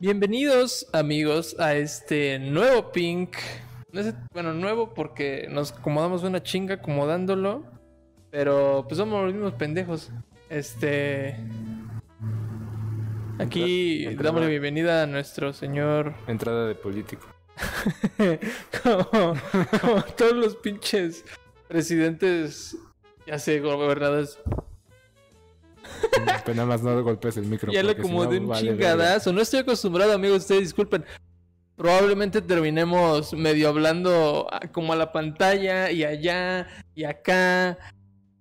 Bienvenidos amigos a este nuevo Pink. No es- bueno, nuevo porque nos acomodamos una chinga acomodándolo. Pero pues somos los mismos pendejos. Este... Aquí Entra- entra- damos la bienvenida a nuestro señor... Entrada de político. como, como todos los pinches presidentes, ya sé, gobernadores. Pero nada más no golpes el micro. ya le porque si no, acomodé un vale verga. chingadazo. No estoy acostumbrado, amigos, ustedes disculpen. Probablemente terminemos medio hablando a- como a la pantalla y allá y acá.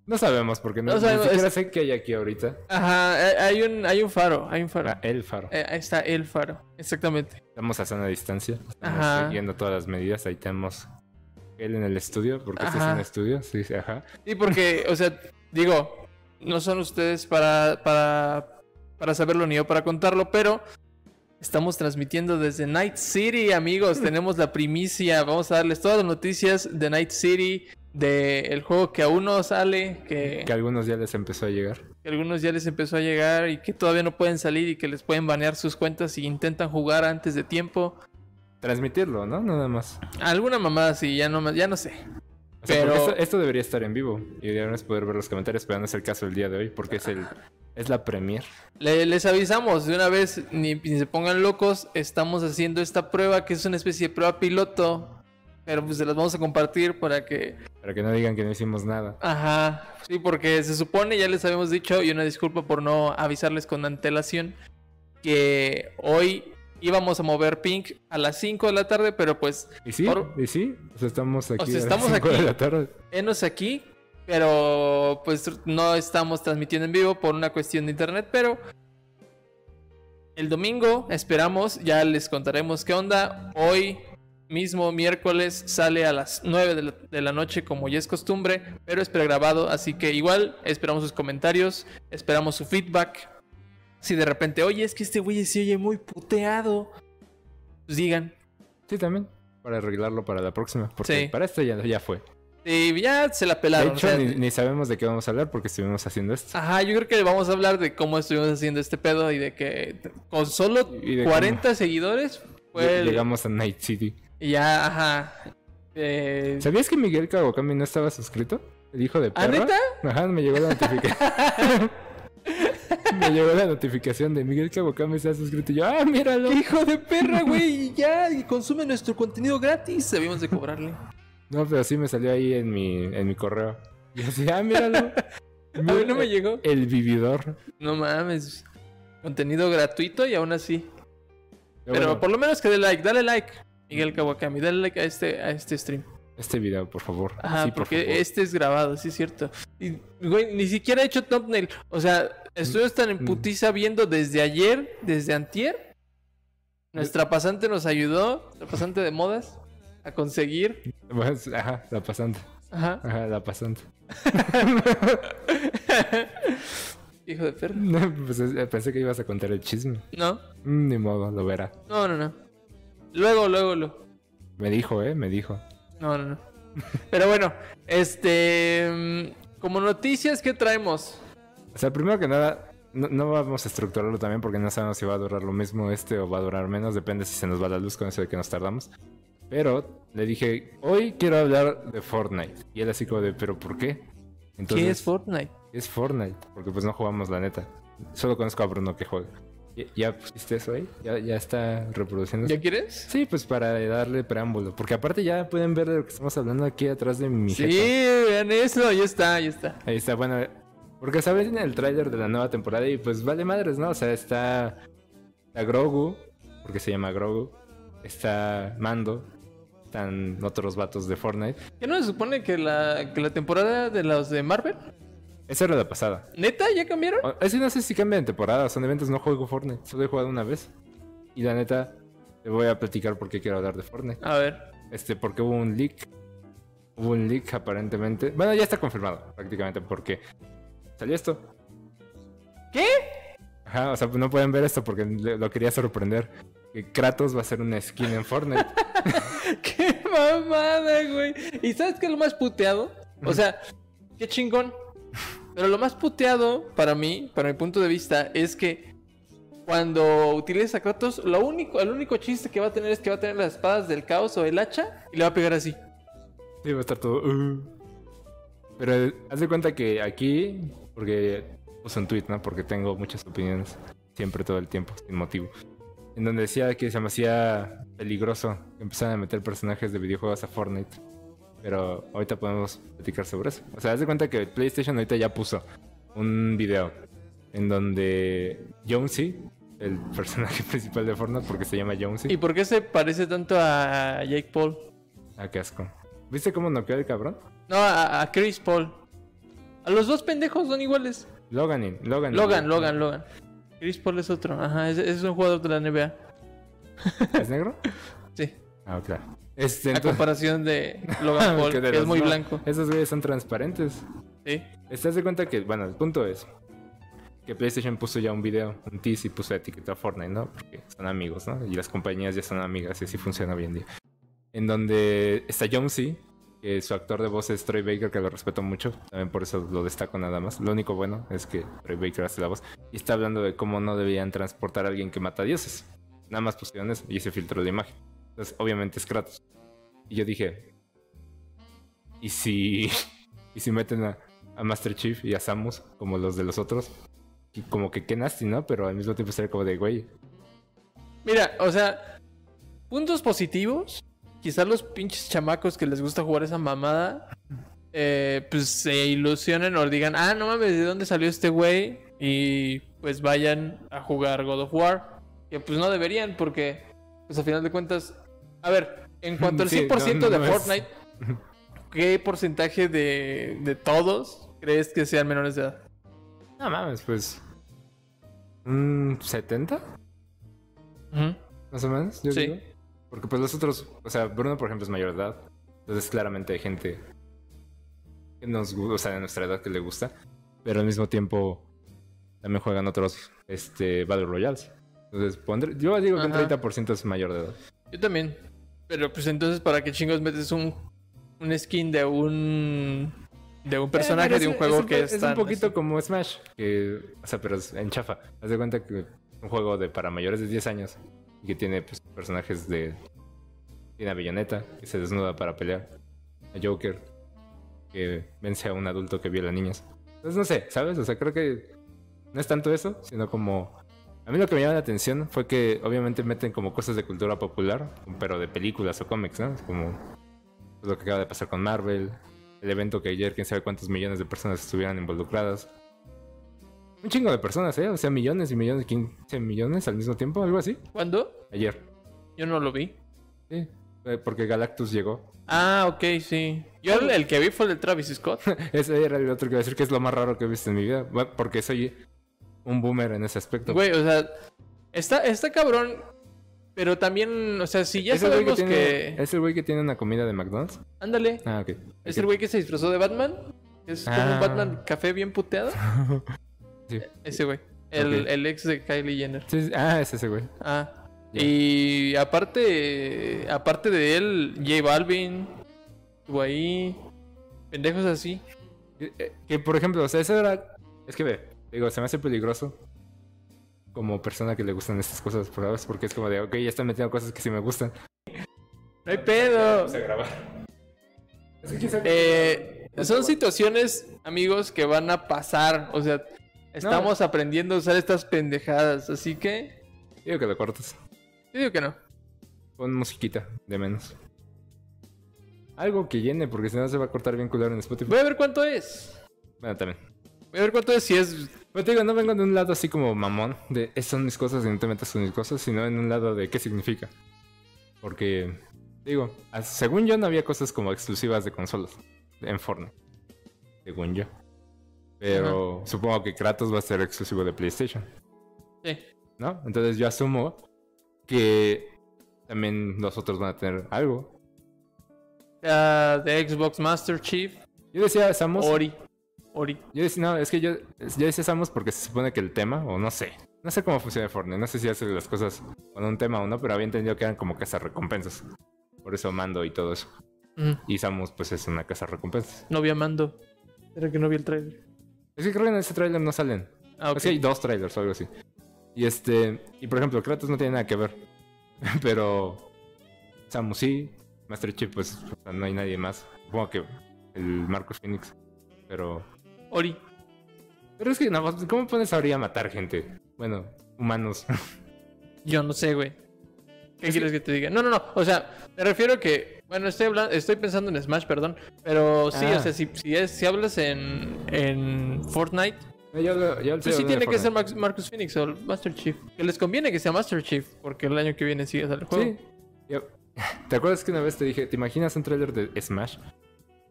No sabemos porque no, No sabemos, ni siquiera sé qué hay aquí ahorita. Ajá, eh, hay hay un, hay un faro, hay un faro. Ah, el faro. Eh, ahí está el faro, exactamente. Estamos a sana distancia. Estamos Ajá. siguiendo todas las medidas. Ahí tenemos él en el estudio, porque este es Ajá. un estudio. Sí, sí, ajá. Sí, porque, o sea, digo, no son ustedes para, para, para saberlo ni yo para contarlo, pero estamos transmitiendo desde Night City, amigos. Tenemos la primicia. Vamos a darles todas las noticias de Night City, del juego que aún no sale, que, Que a algunos ya les empezó a llegar. que algunos ya les empezó a llegar y que todavía no pueden salir y que les pueden banear sus cuentas si intentan jugar antes de tiempo. Transmitirlo, ¿no? Nada más. Alguna mamada, sí, ya no, me- ya no sé. O sea, porque Pero- esto, esto debería estar en vivo y deberíamos poder ver los comentarios, pero no es el caso del día de hoy porque es el es la premier. Le- les avisamos de una vez, ni, ni se pongan locos, estamos haciendo esta prueba que es una especie de prueba piloto, pero pues se las vamos a compartir para que... Para que no digan que no hicimos nada. Ajá, sí, porque se supone, ya les habíamos dicho, y una disculpa por no avisarles con antelación, que hoy íbamos a mover Pink a las 5 de la tarde, pero pues, ¿Y sí? Por- ¿Y sí? O sea, estamos aquí. sea, a las estamos cinco aquí. de la tarde. enos aquí, pero pues no estamos transmitiendo en vivo por una cuestión de internet, pero... El domingo esperamos, ya les contaremos qué onda. Hoy mismo miércoles sale a las 9 de la, de la noche como ya es costumbre, pero es pregrabado, así que igual esperamos sus comentarios, esperamos su feedback. Si de repente, oye, es que este güey se oye muy puteado, pues digan. Sí, también. Para arreglarlo para la próxima. Porque Sí. para esta ya, ya fue. Y ya se la De pelaron. o hecho, sea, Ah, ni, ni sabemos de qué vamos a hablar porque estuvimos haciendo esto. Ajá, yo creo que vamos a hablar de cómo estuvimos haciendo este pedo y de que con solo Y de 40 seguidores fue Lle- el- Llegamos a Night City. y ya, ajá. Eh, ¿Sabías que Miguel Kawakami no estaba suscrito? El hijo de ¿Ah, perra. neta? Ajá, me llegó la notificación. me llegó la notificación de Miguel Kawakami está suscrito. Y yo, ah, míralo. ¡Qué hijo de perra, güey! Y ya, y consume nuestro contenido gratis. Debimos de cobrarle. No, pero sí me salió ahí en mi, en mi correo. Y así, ah, míralo. A mí no eh. me llegó. El vividor. No mames. Contenido gratuito y aún así. Pero Pero, bueno, por lo menos que dé like. Dale like, Miguel Kawakami. Dale like a este, a este stream. este video, por favor. Ajá, Sí, por porque favor. este es grabado, sí es cierto. Y, güey, ni siquiera he hecho thumbnail. O sea, estuvimos tan en Mm. putiza viendo desde ayer, desde antier. Eh. Nuestra pasante nos ayudó, nuestra pasante de modas, a conseguir. Bueno, ajá, la pasante. Ajá. Ajá, la pasante. Hijo de perro. No, pues, eh, pensé que ibas a contar el chisme. No, Mm, ni modo, lo verá. no, no, no. Luego, luego, luego. Me dijo, ¿eh? Me dijo. No, no, no. Pero bueno, este. mm, Como noticias, ¿qué traemos? O sea, primero que nada, no, no vamos a estructurarlo también porque no sabemos si va a durar lo mismo este o va a durar menos. Depende si se nos va la luz con eso de que nos tardamos. Pero le dije, hoy quiero hablar de Fortnite. Y él así como de, ¿pero por qué? Entonces, ¿Qué es Fortnite? es Fortnite, porque pues no jugamos la neta. Solo conozco a Bruno que juega. ¿Ya, ya pusiste eso ahí? ¿Ya, ya está reproduciendo? ¿Ya quieres? Sí, pues para darle preámbulo. Porque aparte ya pueden ver de lo que estamos hablando aquí atrás de mi Sí, jeta. vean eso, ya está, ya está. Ahí está, bueno. Porque saben el tráiler de la nueva temporada y pues vale madres, ¿no? O sea, está, está Grogu, porque se llama Grogu. Está Mando. Están otros vatos de Fortnite. ¿Que no se supone que la, que la temporada de los de Marvel? Esa era la pasada. ¿Neta? ¿Ya cambiaron? O- Es que no sé si cambian de temporada, son eventos, no juego Fortnite. Solo he jugado una vez. Y la neta, te voy a platicar por qué quiero hablar de Fortnite. A ver. Este, porque hubo un leak. Hubo un leak aparentemente. Bueno, ya está confirmado prácticamente porque salió esto. ¿Qué? Ajá, o sea, no pueden ver esto porque le- lo quería sorprender. Que Kratos va a ser una skin en Fortnite. ¡Qué mamada, güey! ¿Y sabes qué es lo más puteado? O sea, qué chingón. Pero lo más puteado para mí, para mi punto de vista, es que cuando utilices a Kratos, lo único, el único chiste que va a tener es que va a tener las espadas del caos o el hacha y le va a pegar así. Sí, va a estar todo. "Uh". Pero eh, haz de cuenta que aquí, porque puse un tweet, ¿no? Porque tengo muchas opiniones, siempre todo el tiempo, sin motivo. En donde decía que se me hacía peligroso que empezaran a meter personajes de videojuegos a Fortnite. Pero ahorita podemos platicar sobre eso. O sea, haz de cuenta que PlayStation ahorita ya puso un video en donde Jonesy, el personaje principal de Fortnite, porque se llama Jonesy. ¿Y por qué se parece tanto a Jake Paul? Ah, qué asco. ¿Viste cómo noqueó el cabrón? No, a, a Chris Paul. A los dos pendejos son iguales. Loganin, Logan. Logan, Logan, Logan. Chris Paul es otro. Ajá, es, es un jugador de la NBA. ¿Es negro? Sí. Ah, claro. Este, A entonces- comparación de Logan Paul, Que de que es los muy no. blanco. Esos güeyes son transparentes. Sí. ¿Estás de cuenta que, bueno, el punto es que PlayStation puso ya un video, un tease y puso la etiqueta a Fortnite, ¿no? Porque son amigos, ¿no? Y las compañías ya son amigas y así funciona hoy en día. En donde está Jonesy, que su actor de voz es Troy Baker, que lo respeto mucho, también por eso lo destaco nada más. Lo único bueno es que Troy Baker hace la voz y está hablando de cómo no debían transportar a alguien que mata dioses. Nada más pusieron eso y se filtró la imagen. Entonces, obviamente es Kratos. Y yo dije, ¿y si, y si meten a, a Master Chief y a Samus como los de los otros? Y como que qué nasty, ¿no? Pero al mismo tiempo sería como de, güey, Mira, o sea, puntos positivos. Quizás los pinches chamacos que les gusta jugar esa mamada, eh, pues se ilusionen o digan, ah, no mames, ¿de dónde salió este güey? Y pues vayan a jugar God of War. Que pues no deberían, porque, pues a final de cuentas, a ver, en cuanto al Sí, 100% no, no de es- Fortnite, ¿qué porcentaje de, de todos crees que sean menores de edad? no mames, pues... ¿Un 70? Ujú. Más o menos, yo Sí. digo. Porque pues los otros, o sea, Bruno por ejemplo es mayor de edad. Entonces claramente hay gente que nos gusta, o sea, de nuestra edad que le gusta. Pero al mismo tiempo también juegan otros este, Battle Royales. Entonces pondré, yo digo que un Ajá. 30% es mayor de edad. Yo también. Pero pues entonces, ¿para qué chingos metes un, un skin de un de un personaje de un juego que Eh, es es, tan un poquito así? como Smash. Que, o sea, pero es en chafa. Haz de cuenta que un juego de para mayores de 10 años y que tiene pues, personajes de. Tiene a Bayonetta, que se desnuda para pelear. A Joker, que vence a un adulto que viola niñas. Entonces, no sé, ¿sabes? O sea, creo que no es tanto eso, sino como. A mí lo que me llama la atención fue que obviamente meten como cosas de cultura popular, pero de películas o cómics, ¿no? Es Como pues, lo que acaba de pasar con Marvel, el evento que ayer, quién sabe cuántos millones de personas estuvieran involucradas. Un chingo de personas, ¿eh? O sea, millones y millones, 15 millones al mismo tiempo, algo así. ¿Cuándo? Ayer, Yo no lo vi. sí. Eh, Porque Galactus llegó. Ah, ok, sí. Yo el, el que vi fue el de Travis Scott. Ese era el otro que iba a decir que es lo más raro que he visto en mi vida. Bueno, Porque soy un boomer en ese aspecto. Güey, o sea, está, está cabrón. Pero también, o sea, si ya ¿Es el güey sabemos que, tiene- ¿Es el güey que tiene una comida de McDonald's? Ándale. Ah, ok. Es el güey que se disfrazó de Batman. Es como Ah. un Batman café bien puteado. Sí. Ese güey. El, Ok. el ex de Kylie Jenner. Sí, sí. Ah, es ese güey. Ah. Ya. Y aparte, aparte de él, J Balvin, estuvo ahí, pendejos así. Que- eh, Que por ejemplo, o sea, eso era. Es que ve, digo, se me hace peligroso como persona que le gustan estas cosas, ¿sabes? Porque es como de, ok, ya están metiendo cosas que sí me gustan. No hay pedo. a grabar. Es que quién sabe- Eh, son situaciones, amigos, que van a pasar. O sea, estamos aprendiendo a usar estas pendejadas. Así que, Digo que lo cortas. yo digo que no. Pon musiquita, de menos. Algo que llene, porque si no se va a cortar bien culero en Spotify. Voy a ver cuánto es. Bueno, también. Voy a ver cuánto es si es. Pero te digo, no vengo de un lado así como mamón, de "Estas son mis cosas y no te metas con mis cosas, sino en un lado de qué significa. Porque, digo, as- según yo no había cosas como exclusivas de consolas en Fortnite. Según yo. Pero supongo que Kratos va a ser exclusivo de PlayStation, Sí. ¿no? Entonces yo asumo que también los otros van a tener algo. Ah, de Xbox Master Chief, Yo decía Samus. Ori. Ori. Yo decía, no, es que yo, yo decía Samus porque se supone que el tema, o no sé. No sé cómo funciona Fortnite, no sé si hace las cosas con un tema o no, pero había entendido que eran como cazas recompensas. Por eso mando y todo eso. Ujú. Y Samus, pues es una casa recompensas. No vi a Mando. Era que no vi el trailer. Es que creo que en este tráiler no salen. Ah, ok. Es que hay dos trailers o algo así. Y este, y por ejemplo, Kratos no tiene nada que ver. Pero Samus sí, Master Chief, pues o sea, no hay nadie más. Supongo que el Marcus Phoenix. Pero. Ori. Pero es que no, ¿cómo pones a Ori a matar gente? Bueno, humanos. Yo no sé, güey. ¿Qué quieres que te diga? No, no, no. O sea, me refiero a que. Bueno, estoy hablando, estoy pensando en Smash, perdón. Pero sí, Ah. o sea, si, si, es, si hablas en, en Fortnite, No, Eh, yo hablo- yo estoy pues sí hablando de tiene que ser Fortnite. Max- Marcus Phoenix o el Master Chief. Que les conviene que sea Master Chief, porque el año que viene sigue sale el juego. Sí. Yo- ¿Te acuerdas que una vez te dije, ¿te imaginas un tráiler de Smash?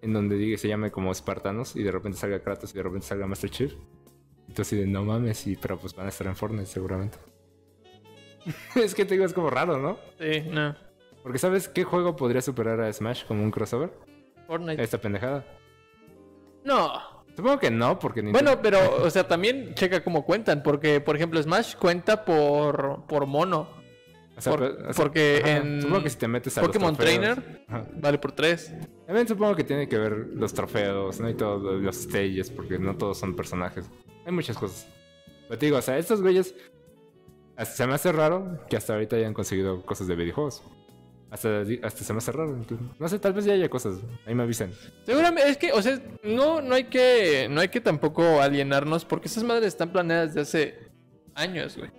En donde diga- se llame como Espartanos y de repente salga Kratos y de repente salga Master Chief. Y tú así de no mames, y, pero pues van a estar en Fortnite seguramente. es que te digo, es como raro, ¿no? Sí, no. Porque ¿sabes qué juego podría superar a Smash como un crossover? Fortnite. Esta pendejada. No. Supongo que no, porque Nintendo... Bueno, pero, o sea, también checa cómo cuentan, porque, por ejemplo, Smash cuenta por, por mono. o sea, por- pero- o sea, porque ajá, en Supongo que si te metes a los Pokémon trofeos- Trainer Ajá. vale por 3. También supongo que tiene que ver los trofeos, ¿no? Y todos los- los stages, porque no todos son personajes. Hay muchas cosas. Pero te digo, o sea, estos güeyes. hasta se me hace raro que hasta ahorita hayan conseguido cosas de videojuegos. Hasta, hasta se me hace raro. entonces, no sé, tal vez ya haya cosas. Ahí me avisan. Seguramente, es que, o sea, no, no hay que, no hay que tampoco alienarnos, porque esas madres están planeadas desde hace años, güey.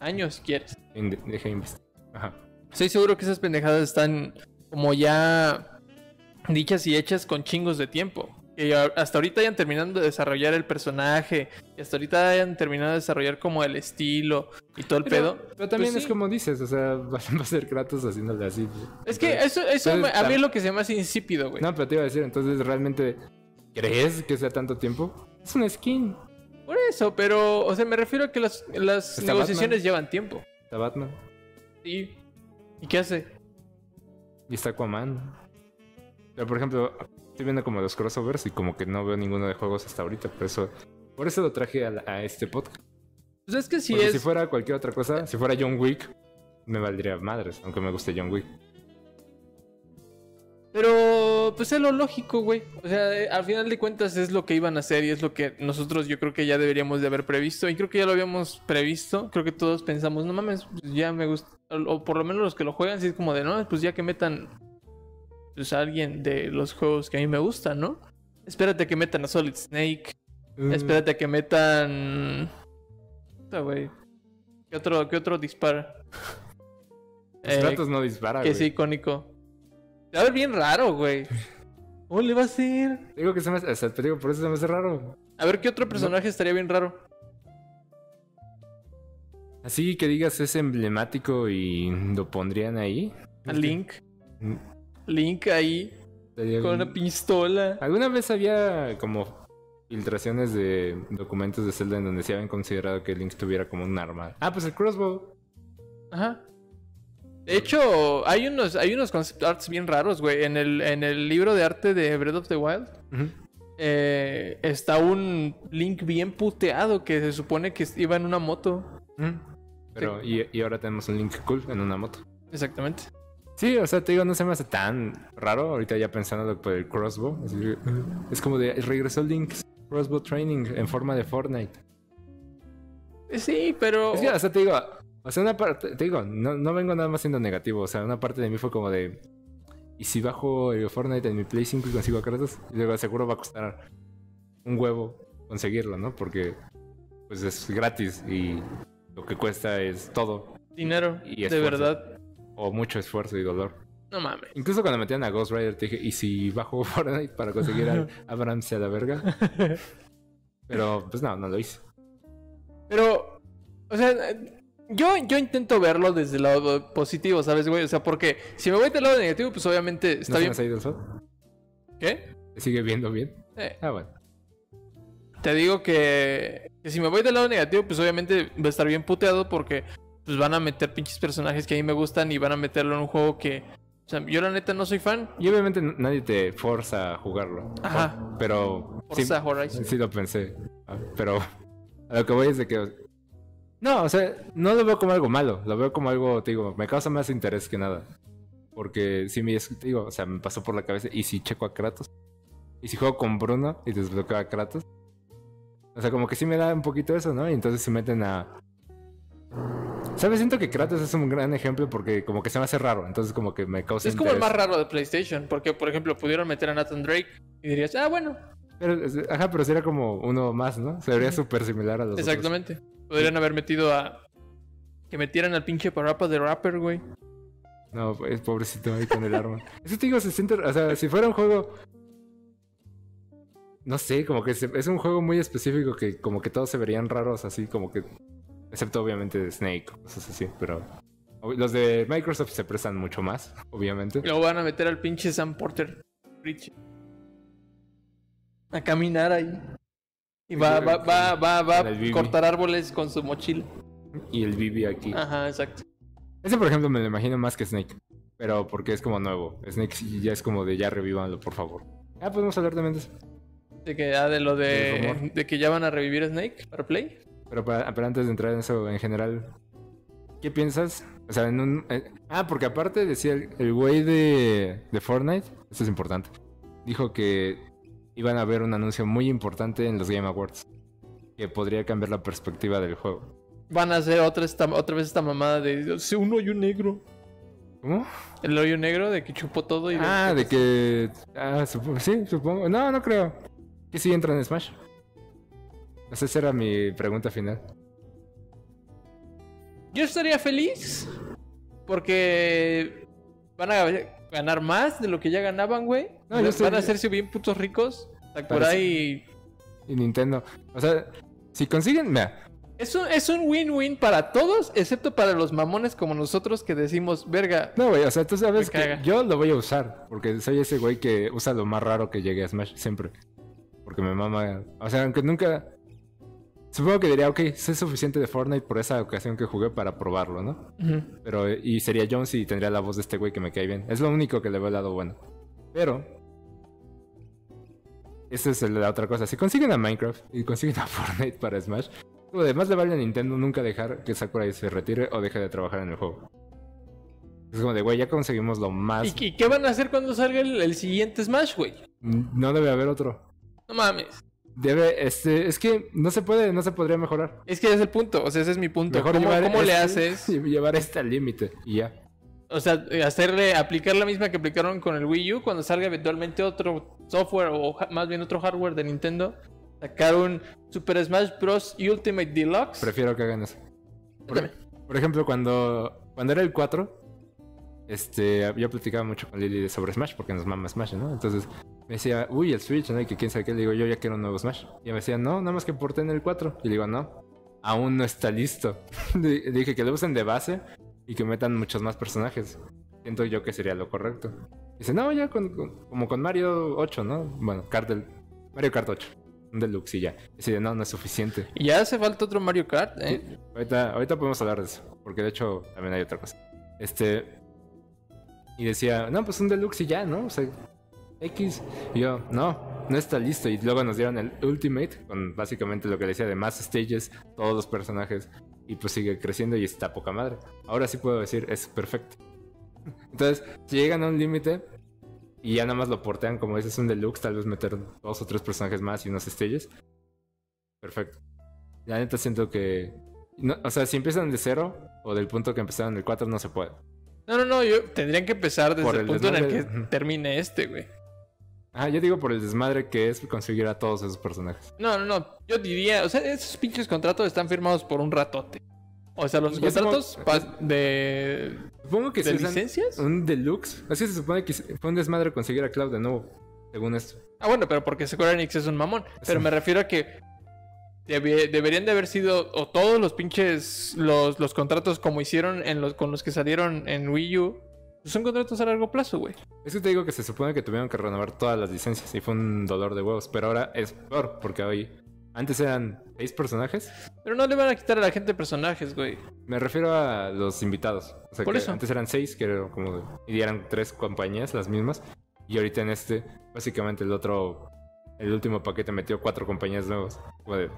Años quieres. Inde- Deja investigar. Ajá. Estoy seguro que esas pendejadas están como ya dichas y hechas con chingos de tiempo. Que ya- hasta ahorita hayan terminado de desarrollar el personaje, y hasta ahorita hayan terminado de desarrollar como el estilo y todo el Pero, pedo. pero también Pues es sí. Pues. como dices, o sea, va va a ser Kratos haciéndole así. Es que Entonces- eso, eso entonces, a mí es tam- lo que se me hace insípido, güey. No, pero te iba a decir, entonces, ¿realmente crees que sea tanto tiempo? Es una skin. Por eso, pero, o sea, me refiero a que las, las Está negociaciones Batman. llevan tiempo. Está Batman Sí. ¿Y qué hace? y está Aquaman. Pero por ejemplo, estoy viendo como los crossovers y como que no veo ninguno de juegos hasta ahorita, por eso, por eso lo traje a, la- a este podcast. Pues es que si Porque es. si fuera cualquier otra cosa, si fuera John Wick, me valdría madres, aunque me guste John Wick. Pero, pues es lo lógico, güey. O sea, eh, al final de cuentas es lo que iban a hacer y es lo que nosotros yo creo que ya deberíamos de haber previsto. Y creo que ya lo habíamos previsto. Creo que todos pensamos, no mames, pues ya me gusta. O, o por lo menos los que lo juegan, sí es como de, no, pues ya que metan. Pues a alguien de los juegos que a mí me gustan, ¿no? Espérate a que metan a Solid Snake. Mm, Espérate a que metan. Puta, güey. ¿Qué otro, qué otro dispara? Los Eh, Kratos no dispara, que Ah, güey. es icónico. Se va a ver bien raro, güey. ¿Cómo le va a hacer? Te Digo que se me hace, o sea, te digo, por eso se me hace raro. A ver qué otro personaje estaría bien raro. Así que digas es emblemático y lo pondrían ahí. A Link. Mm. Link ahí, Estaría con bien. una pistola. ¿Alguna vez había como filtraciones de documentos de Zelda en donde se habían considerado que Link tuviera como un arma? Ah, pues el crossbow. Ajá. De hecho, hay unos, hay unos concept arts bien raros, güey. En el, en el libro de arte de Breath of the Wild. eh, está un Link bien puteado que se supone que iba en una moto. Ujú. Pero, y, y ahora tenemos un Link cool en una moto. Exactamente. Sí, o sea, te digo, no se me hace tan raro ahorita ya pensándolo por el crossbow. Es, decir, es como de regresó Link's crossbow training en forma de Fortnite. Eh, Sí, pero. Es que, o sea, te digo, o sea, una parte, te digo, no, no vengo nada más siendo negativo. O sea, una parte de mí fue como de. ¿Y si bajo el Fortnite en mi Play 5 y consigo a Kratos? Y luego seguro va a costar un huevo conseguirlo, ¿no? Porque pues es gratis y lo que cuesta es todo. dinero. y de esfuerzo. verdad. O mucho esfuerzo y dolor. No mames. Incluso cuando metían a Ghost Rider te dije, ¿y si bajo Fortnite para conseguir a Abrams a la verga? Pero pues no, no lo hice. Pero. O sea, eh, yo, yo intento verlo desde el lado positivo, ¿sabes, güey? O sea, porque si me voy del lado negativo, pues obviamente ¿No está se bien. nos ha ido el sol? ¿Qué? ¿Te sigue viendo bien? Eh, Ah, bueno. te digo que, que si me voy del lado negativo, pues obviamente va a estar bien puteado porque pues van a meter pinches personajes que a mí me gustan y van a meterlo en un juego que. O sea, yo la neta no soy fan. Y obviamente n- nadie te forza a jugarlo. Ajá. Pero sí, Forza Horizon. sí lo pensé. Ah, Pero a lo que voy es de que... No, o sea, no lo veo como algo malo. Lo veo como algo, te digo, me causa más interés que nada. Porque si me es- te digo, o sea, me pasó por la cabeza. ¿Y si checo a Kratos? ¿Y si juego con Bruno y desbloqueo a Kratos? O sea, como que sí me da un poquito eso, ¿no? Y entonces si meten a ¿Sabes? Siento que Kratos es un gran ejemplo porque como que se me hace raro, entonces como que me causa Es como el interés. más raro de PlayStation, porque por ejemplo pudieron meter a Nathan Drake y dirías, ah, bueno, Pero, es- ajá, pero sería como uno más, ¿no? Se vería súper similar a los otros. exactamente. Podrían haber metido a... Que metieran al pinche parapa de rapper, güey. No, pues pobrecito ahí con el arma. Es que te digo, se siente, o sea, si fuera un juego... No sé, como que se- es un juego muy específico que como que todos se verían raros así, como que... Excepto obviamente Snake, cosas así, pero... ob- Los de Microsoft se prestan mucho más, obviamente. Y luego van a meter al pinche Sam Porter Bridge. A caminar ahí. Y va, va, va, va, va Con el a Bibi. cortar árboles con su mochila. Y el BB aquí. Ajá, exacto. Ese, por ejemplo, me lo imagino más que Snake. Pero porque es como nuevo. Snake sí ya es como de ya revívanlo, por favor. Ah, podemos hablar también de eso. De que, ah, de lo Del de, rumor. de que ya van a revivir a Snake para Play. Pero, para- pero antes de entrar en eso en general, ¿qué piensas? O sea, en un. eh, ah, porque aparte decía el, el güey de, de Fortnite, esto es importante, dijo que iban a haber un anuncio muy importante en los Game Awards que podría cambiar la perspectiva del juego. Van a hacer otra, esta, otra vez esta mamada de "Sí, un hoyo negro. ¿Cómo? El hoyo negro de que chupó todo y... Ah, de que. Ah, supo- sí, supongo. No, no creo. ¿Que sí entra en Smash? No sé, esa era mi pregunta final. Yo estaría feliz porque van a ganar más de lo que ya ganaban, güey. No, yo van estoy- a hacerse bien putos ricos. Parece- Sakurai... Y Nintendo. O sea, si consiguen. Mira, Es un, es un win-win para todos, excepto para los mamones como nosotros que decimos, verga, no, güey, o sea, tú sabes Me que caga. yo lo voy a usar. Porque soy ese güey que usa lo más raro que llegue a Smash siempre. Porque me mama. O sea, aunque nunca. Supongo que diría, ok, sé suficiente de Fortnite por esa ocasión que jugué para probarlo, ¿no? ujú, Pero, y sería Jones y tendría la voz de este güey que me cae bien. Es lo único que le veo el lado bueno. Pero. Esa es la otra cosa. Si consiguen a Minecraft y consiguen a Fortnite para Smash, lo demás le vale a Nintendo nunca dejar que Sakurai se retire o deje de trabajar en el juego. Es como de, güey, ya conseguimos lo más. ¿Y, y qué van a hacer cuando salga el, el siguiente Smash, güey? No debe haber otro. No mames. Debe, este, es que no se puede, no se podría mejorar. Es que ese es el punto, o sea, ese es mi punto. Mejor ¿Cómo, llevar cómo le este- haces? Llevar este al límite y ya. O sea, eh, hacerle, aplicar la misma que aplicaron con el Wii U cuando salga eventualmente otro software o ja- más bien otro hardware de Nintendo. Sacar un Super Smash Bros. Ultimate Deluxe. Prefiero que hagan eso. Por, también. por ejemplo, cuando, cuando era el 4, este, yo platicaba mucho con Lili de sobre Smash porque nos mama Smash, ¿no? Entonces me decía, uy, el Switch, ¿no? Y que quién sabe qué. Le digo, yo ya quiero un nuevo Smash. Y me decía, no, nada más que porté en el 4. Y le digo, no, aún no está listo. Le dije que lo usen de base y que metan muchos más personajes. Siento yo que sería lo correcto. Dice, no, ya con- con- como con Mario 8, ¿no? Bueno, Kart del- Mario Kart 8. Un deluxe y ya. Dice, no, no es suficiente. Y ya hace falta otro Mario Kart, ¿eh? Ahorita, ahorita podemos hablar de eso, porque de hecho también hay otra cosa. Este. Y decía, no, pues un deluxe y ya, ¿no? O sea, X. Y yo, no, no está listo. Y luego nos dieron el Ultimate, con básicamente lo que decía de más stages, todos los personajes. Y pues sigue creciendo y está poca madre. Ahora sí puedo decir, es perfecto. Entonces, si llegan a un límite y ya nada más lo portean, como ese es un deluxe, tal vez meter dos o tres personajes más y unos stages. Perfecto. La neta siento que no, o sea, si empiezan de cero o del punto que empezaron en el 4 no se puede. No, no, no, yo tendrían que empezar desde Por el, el punto en el que desmadre. Ujú. termine este, güey. Ah, yo digo por el desmadre que es conseguir a todos esos personajes. No, no, no. Yo diría, o sea, esos pinches contratos están firmados por un ratote. O sea, los Ya supongo- contratos pa- de, Supongo Pues que de si usan licencias. un deluxe. Así se supone que fue un desmadre conseguir a Cloud de nuevo, según esto. Ah, bueno, pero porque Square Enix es un mamón. Pero Sí. me refiero a que debe- deberían de haber sido o todos los pinches los, los contratos como hicieron en los con los que salieron en Wii U. pues Son contratos a largo plazo, güey. Es que te digo que se supone que tuvieron que renovar todas las licencias y fue un dolor de huevos, pero ahora es peor porque hoy antes eran seis personajes. Pero no le van a quitar a la gente personajes, güey. Me refiero a los invitados. O sea, Por que eso. Antes eran seis, que eran como. Y eran tres compañías, las mismas. Y ahorita en este, básicamente el otro. El último paquete metió cuatro compañías nuevas. Como de,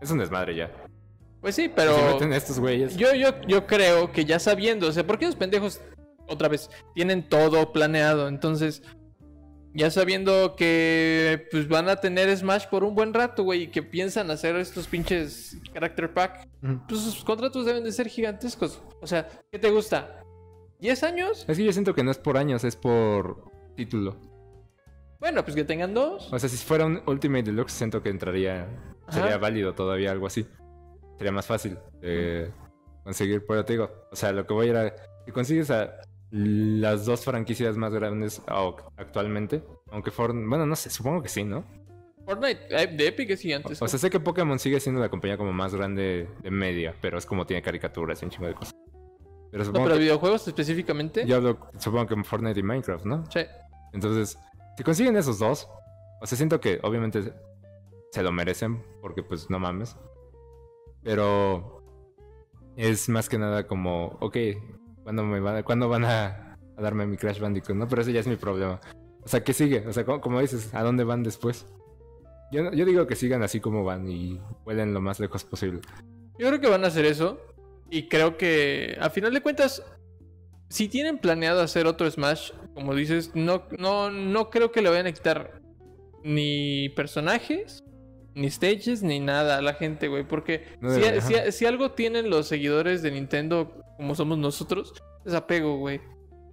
es un desmadre ya. Pues sí, Pero. pero. Si meten a estos güeyes. Yo, yo, yo creo que ya sabiendo, o sea, porque los pendejos, otra vez, tienen todo planeado. Entonces, ya sabiendo que pues van a tener Smash por un buen rato, güey, y que piensan hacer estos pinches Character Pack, pues sus contratos deben de ser gigantescos. O sea, ¿qué te gusta? ¿10 años? Es que yo siento que no es por años, es por título. Bueno, pues que tengan dos. O sea, si fuera un Ultimate Deluxe, siento que entraría. Sería Ajá. válido todavía algo así. Sería más fácil de conseguir, pero te digo. O sea, lo que voy a ir a. Si consigues a las dos franquicias más grandes au- actualmente, aunque Fortnite. Bueno, no sé, supongo que sí, ¿no? Fortnite eh, de Epic es O, gigantesco. o sea, sé que Pokémon sigue siendo la compañía como más grande de media, pero es como tiene caricaturas y un chingo de cosas. Pero no, supongo pero que. videojuegos específicamente. Yo hablo, supongo que Fortnite y Minecraft, ¿no? Sí. Entonces, si consiguen esos dos, o sea, siento que obviamente se lo merecen, porque pues no mames. Pero es más que nada como, ok, ¿cuándo, me van, ¿cuándo van a, a darme mi Crash Bandicoot? No, pero ese ya es mi problema. O sea, ¿qué sigue? O sea, como, como dices, ¿a dónde van después? Yo, no- yo digo que sigan así como van y vuelen lo más lejos posible. Yo creo que van a hacer eso. Y creo que, a final de cuentas, si tienen planeado hacer otro Smash, como dices, no, no, no creo que le vayan a quitar ni personajes, ni stages, ni nada a la gente, güey. Porque No si, debería, si- ajá. si algo tienen los seguidores de Nintendo, como somos nosotros, es apego, güey.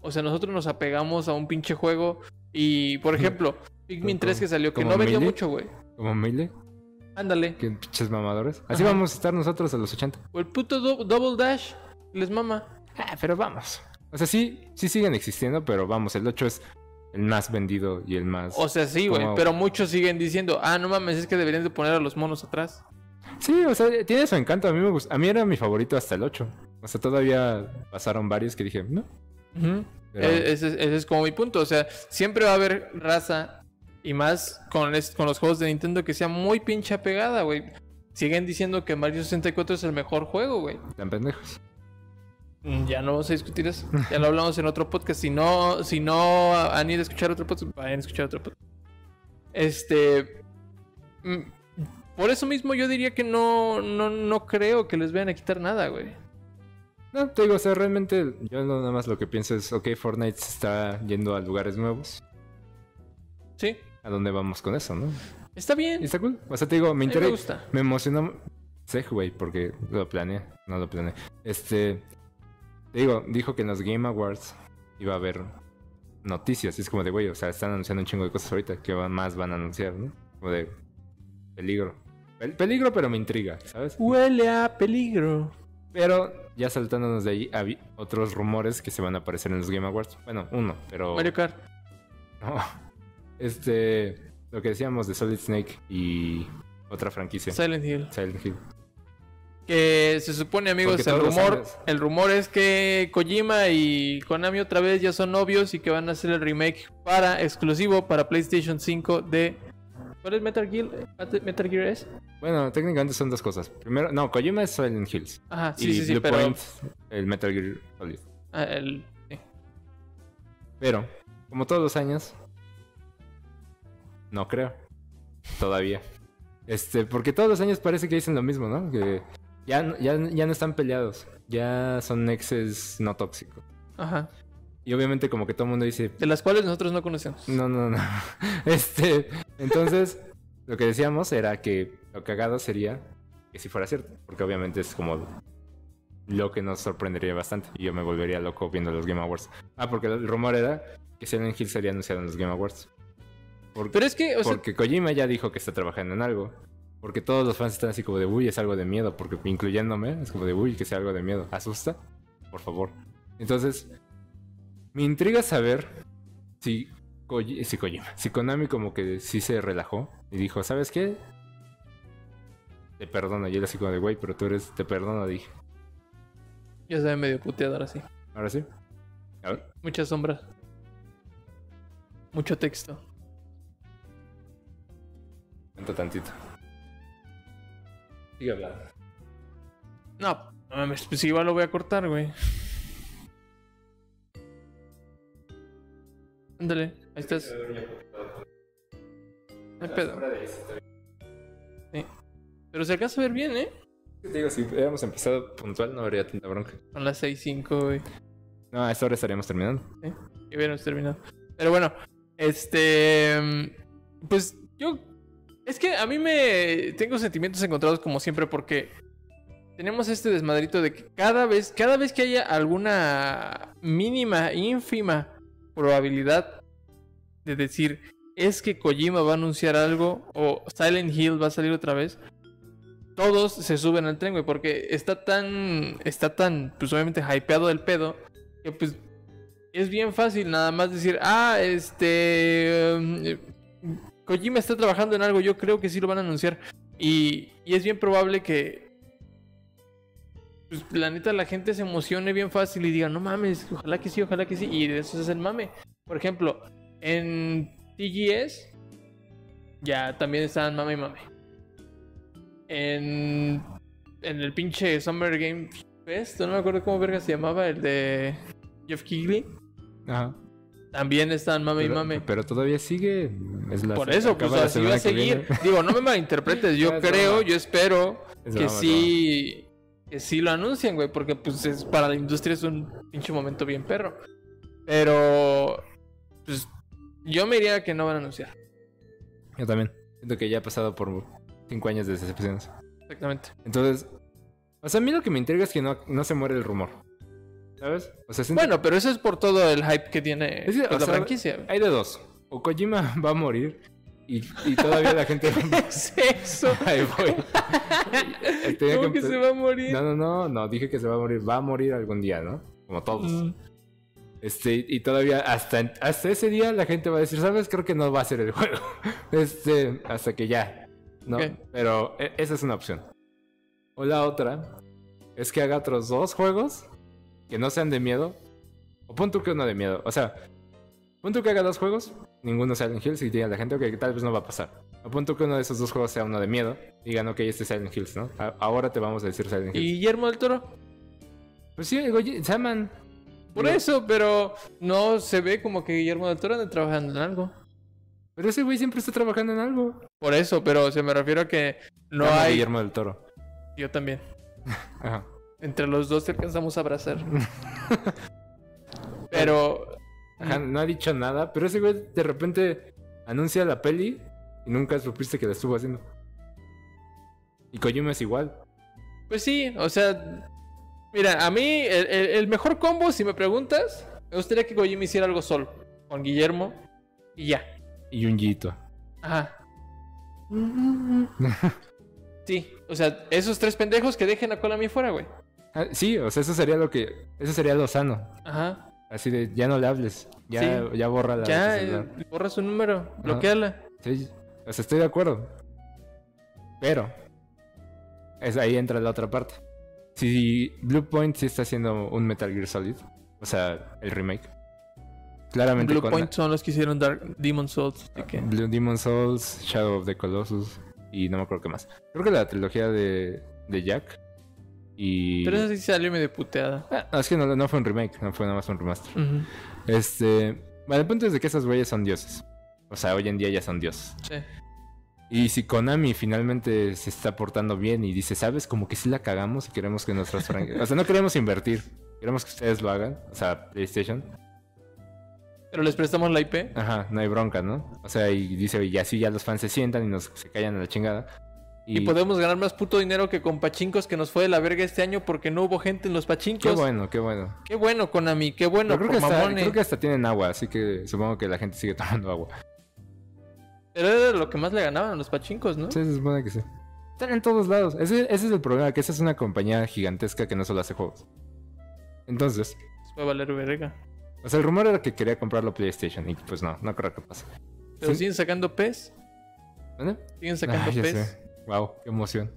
O sea, nosotros nos apegamos a un pinche juego. Y, por ejemplo, Pikmin Como- 3 que salió, que como no vendió Melee. mucho, güey. Como Melee, Ándale. que pinches mamadores. Así Ajá. vamos a estar nosotros a los 80. O el puto do- Double Dash les mama. Ah, pero vamos. O sea, sí, sí siguen existiendo, pero vamos, el 8 es el más vendido y el más. O sea, sí, güey, Como- pero muchos siguen diciendo, ah, no mames, es que deberían de poner a los monos atrás. Sí, o sea, tiene su encanto. A mí me gusta. A mí era mi favorito hasta el 8. O sea, todavía pasaron varios que dije, no. Pero, E- ese, es- ese es como mi punto, o sea, siempre va a haber raza y más con, es- con los juegos de Nintendo que sea muy pinche apegada, güey. Siguen diciendo que Mario 64 es el mejor juego, güey. tan pendejos. Mm, Ya no vamos a discutir eso. Ya lo hablamos en otro podcast. Si no, si no han ido a escuchar otro podcast, vayan a escuchar otro podcast. Este. mm, Por eso mismo yo diría que no, no, no creo que les vayan a quitar nada, güey. No, te digo, o sea, realmente yo no- nada más lo que pienso es, ok, Fortnite se está yendo a lugares nuevos. Sí. ¿A dónde vamos con eso, no? Está bien. Y está cool. O sea, te digo, Eh, me A mí interesa. me gusta. Me emocionó Segway porque lo planeé, no lo planeé. Este, te digo, dijo que en los Game Awards iba a haber noticias. Y es como de, güey, o sea, están anunciando un chingo de cosas ahorita. ¿Qué va- más van a anunciar, no? Como de peligro. Pel- peligro, pero me intriga, ¿sabes? Huele a peligro. Pero ya saltándonos de ahí, había otros rumores que se van a aparecer en los Game Awards. Bueno, uno, pero... Mario Kart. No. Este, lo que decíamos de Solid Snake y otra franquicia. Silent Hill. Silent Hill. Que se supone, amigos, Porque el todos los rumor, años- el rumor es que Kojima y Konami otra vez ya son novios y que van a hacer el remake para exclusivo para PlayStation 5 de. ¿Cuál es Metal Gear? ¿Metal Gear es? Bueno, técnicamente son dos cosas. Primero, no, Kojima es Silent Hills. Ajá, y sí, sí, sí, Blue pero. Point, el Metal Gear Solid. ah, el- sí. Pero, como todos los años, no creo. Todavía. Este, porque todos los años parece que dicen lo mismo, ¿no? Que ya, no- ya, ya no están peleados. Ya son exes no tóxicos. Ajá. Y obviamente como que todo el mundo dice, De las cuales nosotros no conocemos. No, no, no. Este, entonces, lo que decíamos era que lo cagado sería que si fuera cierto, porque obviamente es como lo que nos sorprendería bastante y yo me volvería loco viendo los Game Awards. Ah, porque el rumor era que Silent Hill sería anunciado en los Game Awards. Por- Pero es que, o sea, porque Kojima ya dijo que está trabajando en algo. Porque todos los fans están así como de, uy, es algo de miedo. Porque incluyéndome, es como de, uy, que sea algo de miedo. ¿Asusta? Por favor. Entonces, me intriga saber si, Koji- si Kojima, si Konami como que sí se relajó y dijo, ¿sabes qué? Te perdono. Y él así como de, güey, pero tú eres, te perdono, dije. ya se ve medio puteado ahora sí. Ahora sí. A ver. Muchas sombras. Mucho texto. Cuento tantito. Sigue hablando. No, no mames, pues igual lo voy a cortar, güey. Ándale, ahí estás. No hay Pues, pedo. Sí. Pero se alcanza a ver bien, ¿eh? Te digo, si hubiéramos empezado puntual no habría tanta bronca. Son las 6.05, güey. No, a esta hora estaríamos terminando. Ya hubiéramos terminado. Pero bueno, Este. Pues yo. Es que a mí me. Tengo sentimientos encontrados como siempre porque. Tenemos este desmadrito de que cada vez, cada vez que haya alguna mínima, ínfima probabilidad de decir es que Kojima va a anunciar algo o Silent Hill va a salir otra vez, todos se suben al tren, güey, porque está tan, está tan, pues obviamente hypeado del pedo, que pues es bien fácil nada más decir, ah, este, um, Kojima está trabajando en algo, yo creo que sí lo van a anunciar. Y, y es bien probable que, pues la neta, la gente se emocione bien fácil y diga, no mames, ojalá que sí, ojalá que sí, y de eso se hace el mame. Por ejemplo, en TGS, ya también estaban mame y mame. En, en el pinche Summer Game Fest, no me acuerdo cómo verga se llamaba, el de Jeff Keighley, Ajá. también estaban mame pero, y mame. pero todavía sigue. Es la- Por eso, pues acaba la así va semana a que seguir. viene. Digo, no me malinterpretes, yo Es creo, broma. yo espero Es que broma, sí, que sí lo anuncien, güey, porque pues es, para la industria es un pinche momento bien perro. Pero, pues yo me diría que no van a anunciar, broma. Yo también. Siento que ya he pasado por cinco años de decepciones. exactamente. Entonces, o sea, a mí lo que me intriga es que no, no se muere el rumor. ¿Sabes? O sea, siento Bueno, pero eso es por todo el hype que tiene Es que, pues, o la sea, franquicia. güey. Hay de dos. O Kojima va a morir y, y todavía la gente... es eso? Ahí voy. Tenía ¿Cómo que que empe- se va a morir? No, no, no, no, dije que se va a morir. Va a morir algún día, ¿no? Como todos. Mm, Este, y todavía hasta, hasta ese día la gente va a decir, ¿sabes? Creo que no va a ser el juego. Este, hasta que ya. No, Ok. pero e- esa es una opción. O la otra es que haga otros dos juegos que no sean de miedo. O pon tú que uno de miedo. O sea, pon tú que haga dos juegos, ninguno sea Silent Hills y digan la gente, ok, tal vez no va a pasar. O pon tú que uno de esos dos juegos sea uno de miedo. Digan, ok, este es Silent Hills, ¿no? A- ahora te vamos a decir Silent Hills. ¿Y Guillermo del Toro? Pues sí, oye, Saman. Por Digo, eso, pero no se ve como que Guillermo del Toro ande trabajando en algo. Pero ese güey siempre está trabajando en algo. Por eso, pero se me refiero a que no Amo a hay. Guillermo del Toro. Yo también. Ajá. Entre los dos te alcanzamos a abrazar. pero. Ajá, Mm. no ha dicho nada, pero ese güey de repente anuncia la peli y nunca supiste que la estuvo haciendo. Y Kojima es igual. Pues sí, o sea. Mira, a mí el, el- el mejor combo, si me preguntas, me gustaría que Kojima hiciera algo solo. Con Guillermo y ya. Y un yito. Ajá. Sí, o sea, esos tres pendejos que dejen a Konami fuera, güey. Ah, sí, o sea, eso sería lo que. Eso sería lo sano. Ajá. Así de ya no le hables. Ya, Sí. ya borra la. Ya, eh, borra su número, bloqueala. Sí, o sea, estoy de acuerdo. Pero. Es ahí entra la otra parte. Si Blue Point sí está haciendo un Metal Gear Solid. O sea, el remake. Claramente Blue con- Point son los que hicieron Dark Demon Souls. así que- Blue Demon Souls, Shadow of the Colossus y no me acuerdo qué más. Creo que la trilogía de, de Jack y... Pero eso sí salió medio puteada. Ah, no, es que no, no fue un remake, no fue nada más un remaster. Ujú, Este... Bueno, el punto es de que esas güeyes son dioses. O sea, hoy en día ya son dioses. sí. Y si Konami finalmente se está portando bien y dice, ¿sabes? Como que sí la cagamos y queremos que nuestras franquicias... o sea, no queremos invertir. Queremos que ustedes lo hagan. O sea, PlayStation. Pero les prestamos la IP. Ajá, no hay bronca, ¿no? O sea, y dice, y así ya los fans se sientan y nos se callan a la chingada. Y... podemos ganar más puto dinero que con pachincos que nos fue de la verga este año porque no hubo gente en los pachincos. Qué bueno, qué bueno. Qué bueno, Konami, qué Pero bueno, creo, por que hasta, mamones. creo que hasta tienen agua, así que supongo que la gente sigue tomando agua. Pero era lo que más le ganaban a los pachincos, ¿no? Sí, se supone que sí. Están en todos lados. Ese, ese es el problema, que esa es una compañía gigantesca que no solo hace juegos. Entonces, Les Fue valer verga. o sea, el rumor era que quería comprarlo PlayStation y pues no, no creo que pase. Pero Sí. siguen sacando PES. ¿Dónde? Siguen sacando Ah, ya PES. sé. Wow, qué emoción.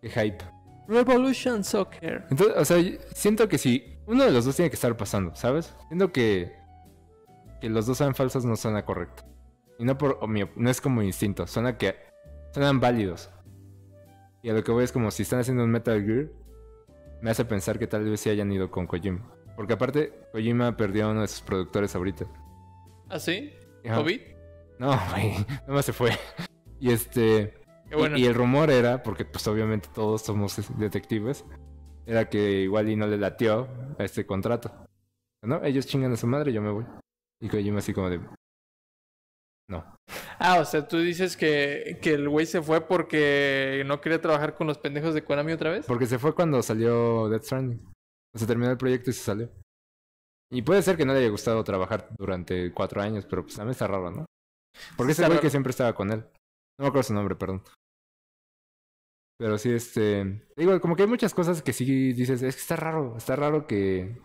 Qué hype. Revolution Soccer. Entonces, o sea, yo siento que si uno de los dos tiene que estar pasando, ¿sabes? Siento que, que los dos sean falsos no suena correcto. Y no por mi op- no es como instinto, suena que suenan válidos. Y a lo que voy es como si están haciendo un Metal Gear, me hace pensar que tal vez sí hayan ido con Kojima. Porque aparte, Kojima perdió a uno de sus productores ahorita. ¿Ah, sí? Ajá. ¿COVID? No, güey, nomás se fue. Y este. Qué bueno. Y, y el rumor era, porque pues obviamente todos somos detectives, era que igual y no le latió a este contrato. ¿No? Ellos chingan a su madre, yo me voy. Y Kojima así como de... No. Ah, o sea, tú dices que, que el güey se fue porque no quería trabajar con los pendejos de Konami otra vez. Porque se fue cuando salió Death Stranding. O sea, terminó el proyecto y se salió. Y puede ser que no le haya gustado trabajar durante cuatro años, pero pues también está raro, ¿no? Porque es Está el güey raro. que siempre estaba con él. No me acuerdo su nombre, perdón. Pero sí, este. Digo, como que hay muchas cosas que sí dices, es que está raro, está raro que,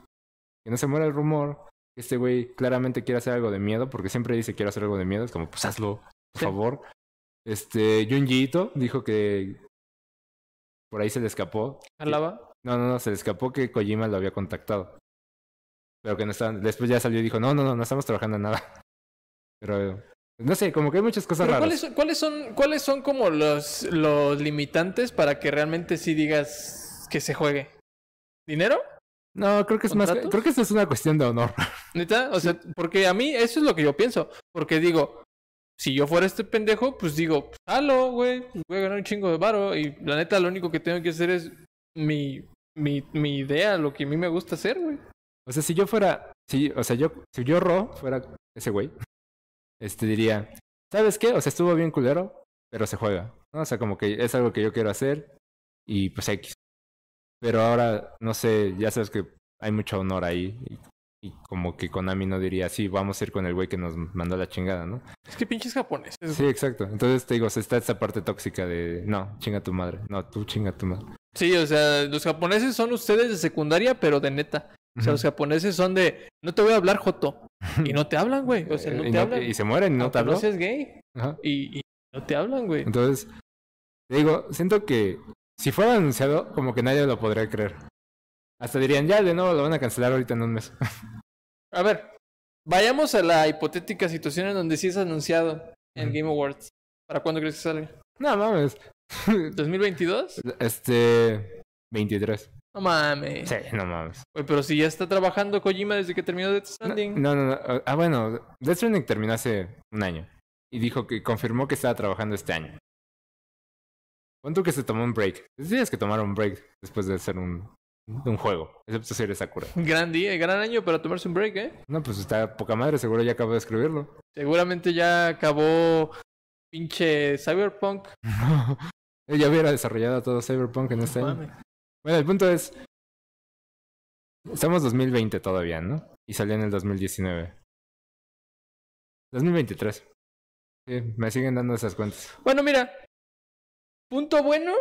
que no se muera el rumor. que Este güey claramente quiere hacer algo de miedo, porque siempre dice quiero hacer algo de miedo. Es como, pues hazlo, por Sí. favor. Este, Junji Ito dijo que por ahí se le escapó. Alaba. No, no, no, se le escapó que Kojima lo había contactado. Pero que no estaban. Después ya salió y dijo, no, no, no, no estamos trabajando en nada. Pero no sé, como que hay muchas cosas Pero raras. ¿cuáles, son- ¿cuáles son cuáles son como los, los limitantes para que realmente sí digas que se juegue? ¿Dinero? No, creo que es más. ¿Contratos? Creo que esto es una cuestión de honor. ¿Neta? O sea, porque a mí eso es lo que yo pienso. Porque digo, si yo fuera este pendejo, pues digo, halo, güey, pues voy a ganar un chingo de varo. Y la neta, lo único que tengo que hacer es mi, mi, mi idea, lo que a mí me gusta hacer, güey. O sea, si yo fuera. Si, o sea, yo, si yo Ro fuera ese güey, este diría, ¿sabes qué? O sea, estuvo bien culero, pero se juega. ¿no? O sea, como que es algo que yo quiero hacer y pues X. Pero ahora, no sé, ya sabes que hay mucho honor ahí. Y, y como que Konami no diría, sí, vamos a ir con el güey que nos mandó la chingada, ¿no? Es que pinches japoneses. güey. Sí, exacto. Entonces te digo, o sea, está esa parte tóxica de, no, chinga tu madre. No, tú chinga tu madre. Sí, o sea, los japoneses son ustedes de secundaria, pero de neta. O sea, los japoneses son de, no te voy a hablar, Joto. Y no te hablan, güey. O sea, no Eh, Y te hablan. y se mueren y no te Aunque habló. seas gay. Ajá. Y, y no te hablan, güey. Entonces, te digo, siento que si fuera anunciado, como que nadie lo podría creer. Hasta dirían, ya de nuevo lo van a cancelar ahorita en un mes. A ver, vayamos a la hipotética situación en donde sí es anunciado en Ujú. Game Awards. ¿Para cuándo crees que sale? no mames. ¿2022? Este. 23. No mames. Sí, no mames. Güey, pero si ya está trabajando Kojima desde que terminó Death No, Stranding. no, no, no. Ah, bueno, Death Stranding terminó hace un año. Y dijo que confirmó que estaba trabajando este año. Pon tú que se tomó un break. Pues Tienes que tomar un break después de hacer un, un juego. Excepto si eres Sakura. Gran día, eh, gran año para tomarse un break, ¿eh? No, pues está poca madre, seguro ya acabo de escribirlo. Seguramente ya acabó pinche Cyberpunk. Ella hubiera desarrollado todo Cyberpunk en este año. Mames. Bueno, el punto es. Estamos 2020 todavía, ¿no? Y salió en el 2019. 2023. Sí, me siguen dando esas cuentas. Bueno, mira. Punto bueno.